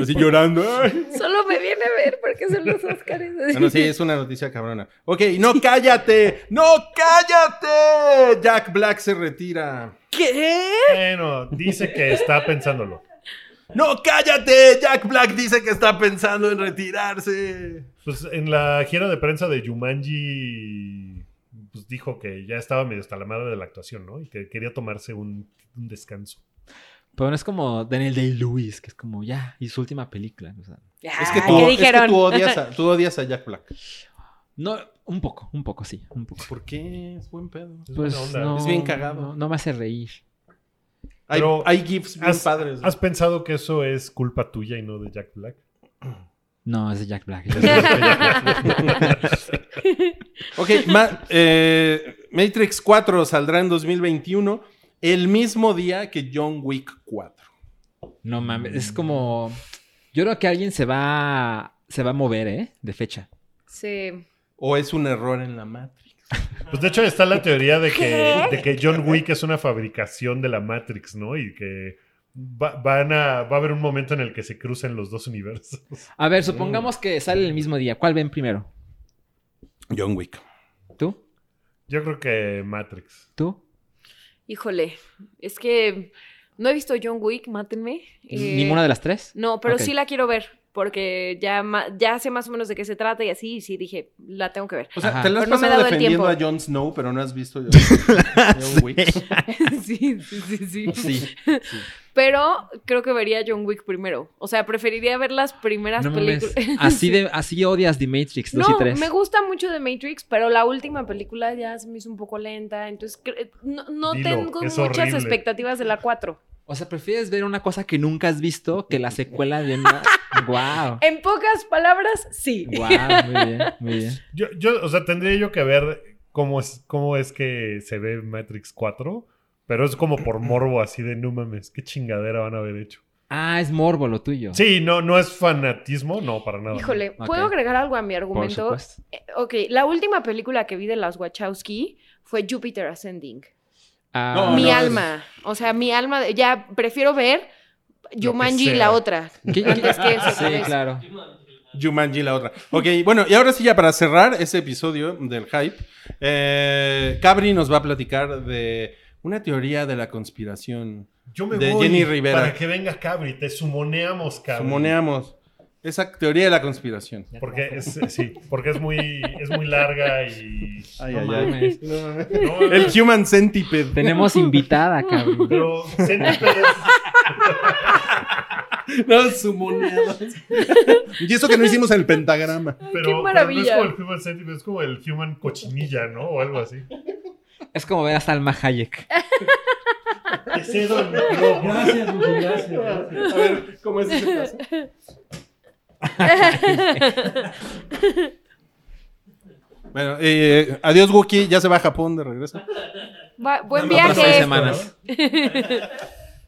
Speaker 2: Así llorando. ay.
Speaker 3: Solo me viene a ver porque son los Óscares.
Speaker 2: Bueno, sí, es una noticia cabrona. Ok, no cállate, no cállate. Jack Black se retira.
Speaker 3: ¿Qué?
Speaker 5: Bueno, dice que está pensándolo.
Speaker 2: No cállate, Jack Black dice que está pensando en retirarse.
Speaker 5: Pues en la gira de prensa de Jumanji, pues dijo que ya estaba medio hasta la madre de la actuación, ¿no? Y que quería tomarse un, un descanso.
Speaker 4: Pero no es como Daniel Day-Lewis, que es como ya, y su última película. o sea.
Speaker 2: Es que
Speaker 3: Ah,
Speaker 2: tú,
Speaker 3: ¿qué
Speaker 2: es que
Speaker 3: dijeron?
Speaker 2: tú odias a, tú odias a Jack Black.
Speaker 4: no, un poco, un poco, sí, un poco.
Speaker 2: ¿Por qué? Es buen pedo.
Speaker 5: Es
Speaker 4: Pues,
Speaker 5: buena onda.
Speaker 4: no,
Speaker 2: es bien cagado.
Speaker 4: No, no me hace reír.
Speaker 2: Hay,
Speaker 5: Pero-
Speaker 2: hay gifs bien
Speaker 5: ¿Has,
Speaker 2: padres.
Speaker 5: ¿Has pensado que eso es culpa tuya y no de Jack Black?
Speaker 4: No, es de Jack Black.
Speaker 2: Ok, ma- eh, Matrix 4 saldrá en 2021, el mismo día que John Wick 4.
Speaker 4: No mames, es como. Yo creo que alguien se va, se va a mover, ¿eh? De fecha.
Speaker 3: Sí.
Speaker 2: ¿O es un error en la Matrix?
Speaker 5: Pues de hecho está la teoría de que,
Speaker 3: ¿Qué?
Speaker 5: de que John Wick es una fabricación de la Matrix, ¿no? Y que va, van a, va a haber un momento en el que se crucen los dos universos.
Speaker 4: A ver, supongamos que sale el mismo día. ¿Cuál ven primero?
Speaker 2: John Wick.
Speaker 4: ¿Tú?
Speaker 5: Yo creo que Matrix.
Speaker 4: ¿Tú?
Speaker 3: Híjole, es que no he visto John Wick, mátenme. Eh,
Speaker 4: ¿Ninguna de las tres?
Speaker 3: No, pero
Speaker 4: Ok.
Speaker 3: sí la quiero ver porque ya, ma- ya sé más o menos de qué se trata y así, y sí dije, la tengo que ver.
Speaker 2: O sea,
Speaker 4: Ajá.
Speaker 2: te la has
Speaker 3: Pero no me
Speaker 2: pasado
Speaker 3: he dado el
Speaker 2: defendiendo a
Speaker 3: tiempo.
Speaker 2: Jon Snow, pero no has visto John, John Wick.
Speaker 3: sí, sí, sí, sí.
Speaker 2: Sí.
Speaker 3: Pero creo que vería John Wick primero. O sea, preferiría ver las primeras
Speaker 4: No mames.
Speaker 3: películas.
Speaker 4: Así, de, así odias The Matrix 2
Speaker 3: No,
Speaker 4: y 3.
Speaker 3: me gusta mucho de Matrix, pero la última película ya se me hizo un poco lenta, entonces cre- no, no
Speaker 5: Dilo,
Speaker 3: tengo
Speaker 5: es
Speaker 3: muchas
Speaker 5: horrible.
Speaker 3: expectativas de la 4.
Speaker 4: O sea, prefieres ver una cosa que nunca has visto que la secuela de una. ¡Guau!
Speaker 3: En pocas palabras, sí.
Speaker 4: ¡Guau! Muy bien, muy bien.
Speaker 5: Yo, yo, o sea, tendría yo que ver cómo es, cómo es que se ve Matrix 4, pero es como por morbo así de no mames, qué chingadera van a haber hecho.
Speaker 4: Ah, es morbo lo tuyo.
Speaker 5: Sí, no, no es fanatismo, no, para nada.
Speaker 3: Híjole,
Speaker 4: Ok.
Speaker 3: ¿puedo agregar algo a mi
Speaker 4: por
Speaker 3: argumento?
Speaker 4: supuesto.
Speaker 3: Eh, Ok, la última película que vi de las Wachowski fue Jupiter Ascending.
Speaker 4: Ah,
Speaker 2: No,
Speaker 3: mi
Speaker 2: no, es-
Speaker 3: alma, o sea, mi alma, de- ya prefiero ver
Speaker 5: que
Speaker 3: Jumanji
Speaker 5: sea.
Speaker 3: la otra.
Speaker 4: ¿Qué- qué-
Speaker 3: Antes que eso,
Speaker 4: Sí,
Speaker 3: ¿sabes?
Speaker 4: claro.
Speaker 2: Jumanji la otra. Ok, bueno, y ahora sí ya para cerrar este episodio del hype, eh, Cabri nos va a platicar de una teoría de la conspiración.
Speaker 5: Yo me
Speaker 2: De
Speaker 5: voy
Speaker 2: Jenny Rivera.
Speaker 5: para que venga Cabri, te sumoneamos, Cabri.
Speaker 2: Sumoneamos. Esa teoría de la conspiración.
Speaker 5: Porque es, eh, sí, porque es muy, es muy larga y.
Speaker 2: Ay,
Speaker 4: No
Speaker 2: ay, ay.
Speaker 4: mames.
Speaker 5: No,
Speaker 2: El Human Centipede.
Speaker 4: Tenemos invitada, cabrón.
Speaker 5: pero centípedes,
Speaker 2: No, sumoneados. y eso que no hicimos el pentagrama.
Speaker 5: pero, pero
Speaker 3: maravilla.
Speaker 5: no es como el human centipede, es como el human cochinilla, ¿no? O algo así.
Speaker 4: Es como ver a Salma Hayek.
Speaker 5: Te cedo el micrófono.
Speaker 2: A ver, ¿cómo es ese caso? Bueno, eh, adiós Wookie, ya se va a Japón de regreso.
Speaker 3: Va- buen
Speaker 4: Otras seis
Speaker 3: viaje.
Speaker 4: semanas.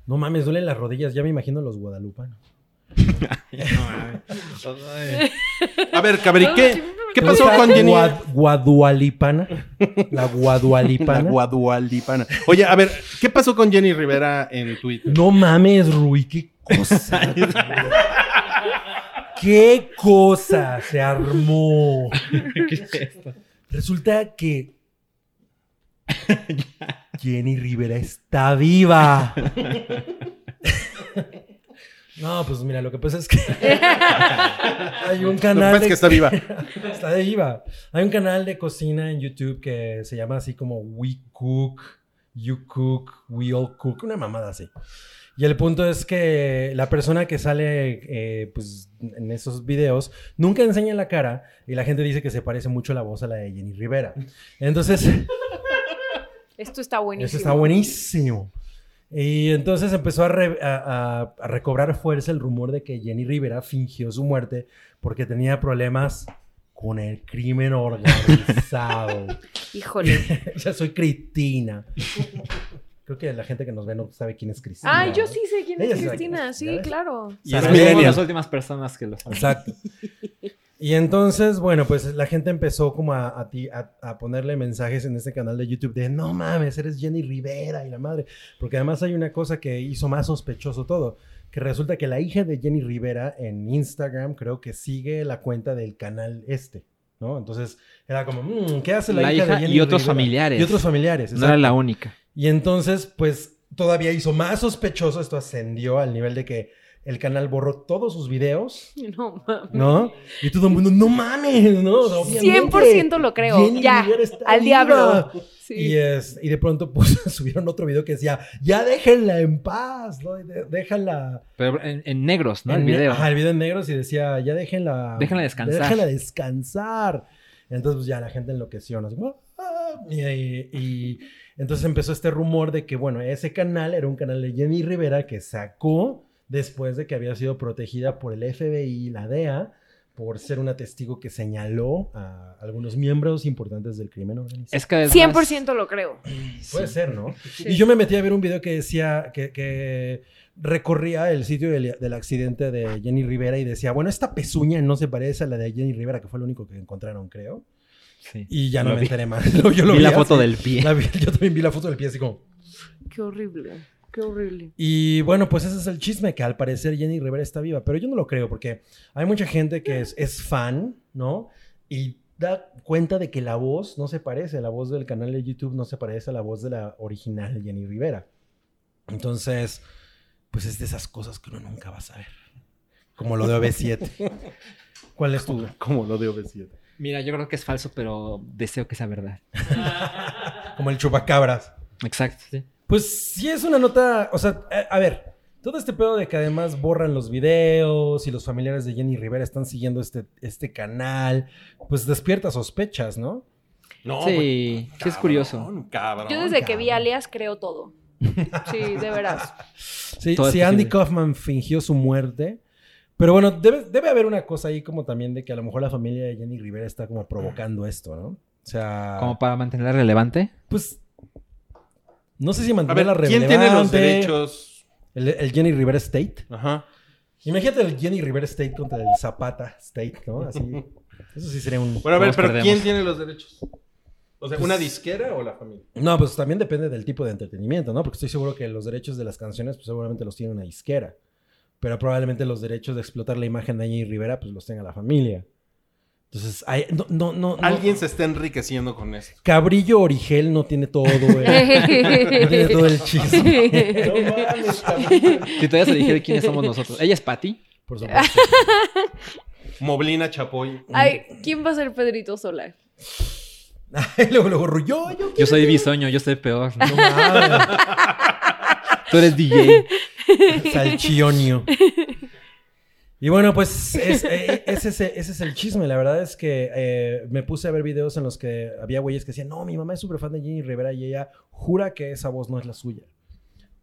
Speaker 6: No mames, duelen las rodillas, ya me imagino los guadalupanos.
Speaker 2: A ver, Cabri, ¿qué, qué pasó con Jenny?
Speaker 6: Gua- guadualipana. La
Speaker 2: La
Speaker 6: guadualipana.
Speaker 2: Guadualipana. Oye, a ver, ¿qué pasó con Jenny Rivera en Twitter?
Speaker 6: no mames, Rui, qué cosa. güey. qué cosa se armó.
Speaker 4: ¿Qué es esto?
Speaker 6: Resulta que Jenny Rivera está viva. No, pues mira, lo que pasa es que hay un
Speaker 2: Lo que
Speaker 6: canal
Speaker 2: pasa es
Speaker 6: de
Speaker 2: que está viva.
Speaker 6: Está de IVA. Hay un canal de cocina en YouTube que se llama así como We Cook, You Cook, We All Cook, una mamada así. Y el punto es que la persona que sale eh, pues, en esos videos nunca enseña la cara y la gente dice que se parece mucho la voz a la de Jenny Rivera. Entonces,
Speaker 3: Esto está buenísimo.
Speaker 6: eso está buenísimo. Y entonces empezó a, re- a- a- a recobrar fuerza el rumor de que Jenny Rivera fingió su muerte porque tenía problemas con el crimen organizado.
Speaker 3: Híjole.
Speaker 6: o sea, soy Cristina. Creo que la gente que nos ve no sabe quién es Cristina.
Speaker 3: Ay, yo
Speaker 6: ¿no?
Speaker 3: sí sé quién
Speaker 6: Ella
Speaker 3: es
Speaker 6: sabe quién
Speaker 3: Cristina.
Speaker 6: es,
Speaker 3: Sí,
Speaker 6: ¿ya ves?
Speaker 3: claro.
Speaker 4: Y es
Speaker 2: millennial.
Speaker 4: las últimas personas que lo saben.
Speaker 6: Exacto. Y entonces, bueno, pues la gente empezó como a, a ti- a- a ponerle mensajes en este canal de YouTube de no mames, eres Jenny Rivera y la madre. Porque además hay una cosa que hizo más sospechoso todo, que resulta que la hija de Jenny Rivera en Instagram creo que sigue la cuenta del canal este, ¿no? Entonces era como, "Mm, ¿qué hace la,
Speaker 4: La
Speaker 6: hija
Speaker 4: hija
Speaker 6: de Jenny
Speaker 4: y otros
Speaker 6: Rivera?"
Speaker 4: familiares.
Speaker 6: Y otros familiares,
Speaker 4: No era
Speaker 6: exacto.
Speaker 4: la única.
Speaker 6: Y entonces, pues todavía hizo más sospechoso, esto ascendió al nivel de que el canal borró todos sus videos.
Speaker 3: No mames.
Speaker 6: ¿no? Y todo el mundo, no mames, ¿no? O sea, obviamente,
Speaker 3: 100% lo creo.
Speaker 6: Jenny
Speaker 3: ya.
Speaker 6: Rivera está
Speaker 3: Al
Speaker 6: viva.
Speaker 3: diablo.
Speaker 6: Y,
Speaker 3: Sí.
Speaker 6: es, y de pronto pues, subieron otro video que decía, ya déjenla en paz, ¿no? De- déjala.
Speaker 4: Pero en, en negros, ¿no? El
Speaker 6: en ne-
Speaker 4: video.
Speaker 6: Ajá, el video en negros y decía, ya déjenla.
Speaker 4: Déjenla descansar.
Speaker 6: Déjenla descansar. Entonces, pues ya la gente enloqueció, ¿no? Así como, "Ah", y, y- y entonces empezó este rumor de que, bueno, ese canal era un canal de Jenny Rivera que sacó después de que había sido protegida por el FBI y la DEA por ser una testigo que señaló a algunos miembros importantes del crimen organizado.
Speaker 4: Es que es más-
Speaker 3: 100% lo creo.
Speaker 6: Puede ser, ¿no? Y yo me metí a ver un video que decía que, que recorría el sitio del, del accidente de Jenny Rivera y decía, bueno, esta pezuña no se parece a la de Jenny Rivera, que fue lo único que encontraron, creo.
Speaker 4: Sí.
Speaker 6: Y ya no
Speaker 4: Lo
Speaker 6: me
Speaker 4: vi.
Speaker 6: enteré más. Lo- yo lo
Speaker 4: Vi
Speaker 6: vi
Speaker 4: la
Speaker 6: así.
Speaker 4: foto del pie.
Speaker 6: La vi- yo también vi la foto del pie así como...
Speaker 3: Qué horrible. Qué horrible.
Speaker 6: Y bueno, pues ese es el chisme, que al parecer Jenny Rivera está viva, pero yo no lo creo porque hay mucha gente que es, es fan, ¿no? Y da cuenta de que la voz no se parece, la voz del canal de YouTube no se parece a la voz de la original Jenny Rivera. Entonces, pues es de esas cosas que uno nunca va a saber. Como lo de OB7. ¿Cuál es tu?
Speaker 2: Como lo de obesidad.
Speaker 4: Mira, yo creo que es falso, pero deseo que sea verdad.
Speaker 6: Como el chupacabras.
Speaker 4: Exacto, sí.
Speaker 6: Pues sí es una nota, o sea, eh, a, a ver, todo este pedo de que además borran los videos y los familiares de Jenny Rivera están siguiendo este, este canal, pues despierta sospechas, ¿no?
Speaker 2: No,
Speaker 4: sí, sí es curioso.
Speaker 2: Cabrón.
Speaker 3: Yo desde que vi Alias creo todo. Sí, de veras.
Speaker 6: Sí,
Speaker 4: Todo es
Speaker 6: si Andy
Speaker 4: posible.
Speaker 6: Kaufman fingió su muerte, pero bueno, debe, debe haber una cosa ahí como también de que a lo mejor la familia de Jenny Rivera está como provocando esto, ¿no? O sea,
Speaker 4: Como para mantenerla relevante.
Speaker 6: pues no sé si
Speaker 2: A
Speaker 6: mantenerla
Speaker 2: ver, ¿quién
Speaker 6: relevante.
Speaker 2: tiene los derechos?
Speaker 6: El, el Jenny Rivera State.
Speaker 2: Ajá.
Speaker 6: Imagínate el Jenny Rivera State contra el Zapata State, ¿no? Así. Eso sí sería un.
Speaker 2: Bueno, a ver,
Speaker 4: Todos
Speaker 2: pero
Speaker 4: perdemos.
Speaker 2: ¿quién tiene los derechos? O sea, ¿una
Speaker 6: Pues-
Speaker 2: disquera o la familia?
Speaker 6: No, pues también depende del tipo de entretenimiento, ¿no? Porque estoy seguro que los derechos de las canciones, pues seguramente los tiene una disquera. Pero probablemente los derechos de explotar la imagen de Jenny Rivera, pues los tenga la familia. Entonces, hay- no, no, no. no.
Speaker 2: Alguien se está enriqueciendo con esto.
Speaker 6: Cabrillo Origel no tiene todo, güey. No tiene todo el chisme. No mames, cabrón.
Speaker 4: Si todavía se dijera quiénes somos nosotros. Ella es Patty.
Speaker 6: Por supuesto.
Speaker 2: Moblina Chapoy.
Speaker 3: Ay,
Speaker 2: Mm.
Speaker 3: ¿quién va a ser Pedrito Sola?
Speaker 6: Ay, luego, luego, yo, yo.
Speaker 4: Yo soy bisoño, yo soy peor.
Speaker 6: No mames.
Speaker 4: Tú eres DJ.
Speaker 6: Salchionio. Y bueno, pues es- eh, ese, es, ese es el chisme. La verdad es que eh, me puse a ver videos en los que había güeyes que decían, no, mi mamá es súper fan de Jenny Rivera y ella jura que esa voz no es la suya.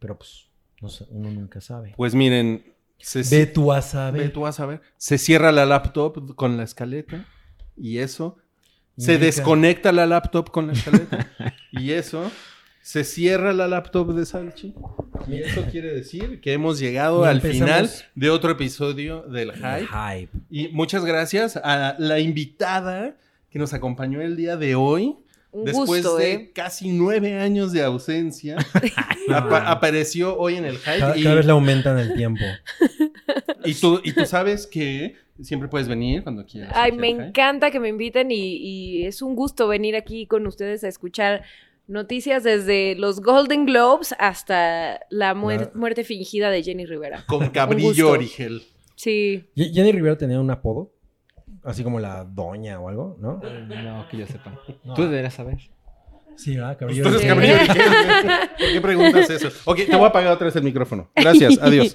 Speaker 6: Pero pues, no sé, uno nunca sabe.
Speaker 2: Pues miren, se,
Speaker 6: Ve tú a
Speaker 2: Pues ve
Speaker 6: saber.
Speaker 2: tú a saber. Se cierra la laptop con la escaleta y eso. Se
Speaker 6: Indica.
Speaker 2: desconecta la laptop con la escaleta y eso. Se cierra la laptop de Salchi. Y eso quiere decir que hemos llegado
Speaker 6: Y
Speaker 2: al
Speaker 6: empezamos.
Speaker 2: final de otro episodio del Hype.
Speaker 6: Hype.
Speaker 2: Y muchas gracias a la invitada que nos acompañó el día de hoy.
Speaker 3: Un
Speaker 2: Después
Speaker 3: gusto,
Speaker 2: de
Speaker 3: ¿eh?
Speaker 2: casi nueve años de ausencia, apa- apareció hoy en el hype.
Speaker 6: Cada,
Speaker 2: y,
Speaker 6: cada vez le aumentan el tiempo.
Speaker 2: y tú, y tú sabes que siempre puedes venir cuando quieras.
Speaker 3: Ay,
Speaker 2: aquí
Speaker 3: me
Speaker 2: al Hype.
Speaker 3: encanta que me inviten y, y es un gusto venir aquí con ustedes a escuchar Noticias desde los Golden Globes hasta la muer-
Speaker 6: Ah.
Speaker 3: muerte fingida de Jenny Rivera.
Speaker 2: Con
Speaker 3: Un gusto.
Speaker 2: cabrillo origel.
Speaker 3: Sí.
Speaker 6: Ye- Jenny Rivera tenía un apodo, así como la doña o algo, ¿no?
Speaker 4: No, que yo sepa. Tú deberías saber.
Speaker 6: Sí, ¿verdad?
Speaker 2: Pues
Speaker 6: Cabrillo.
Speaker 2: tú eres
Speaker 3: Sí.
Speaker 2: cabrillo origel. ¿Por qué preguntas eso? Ok, te voy a apagar otra vez el micrófono. Gracias, adiós.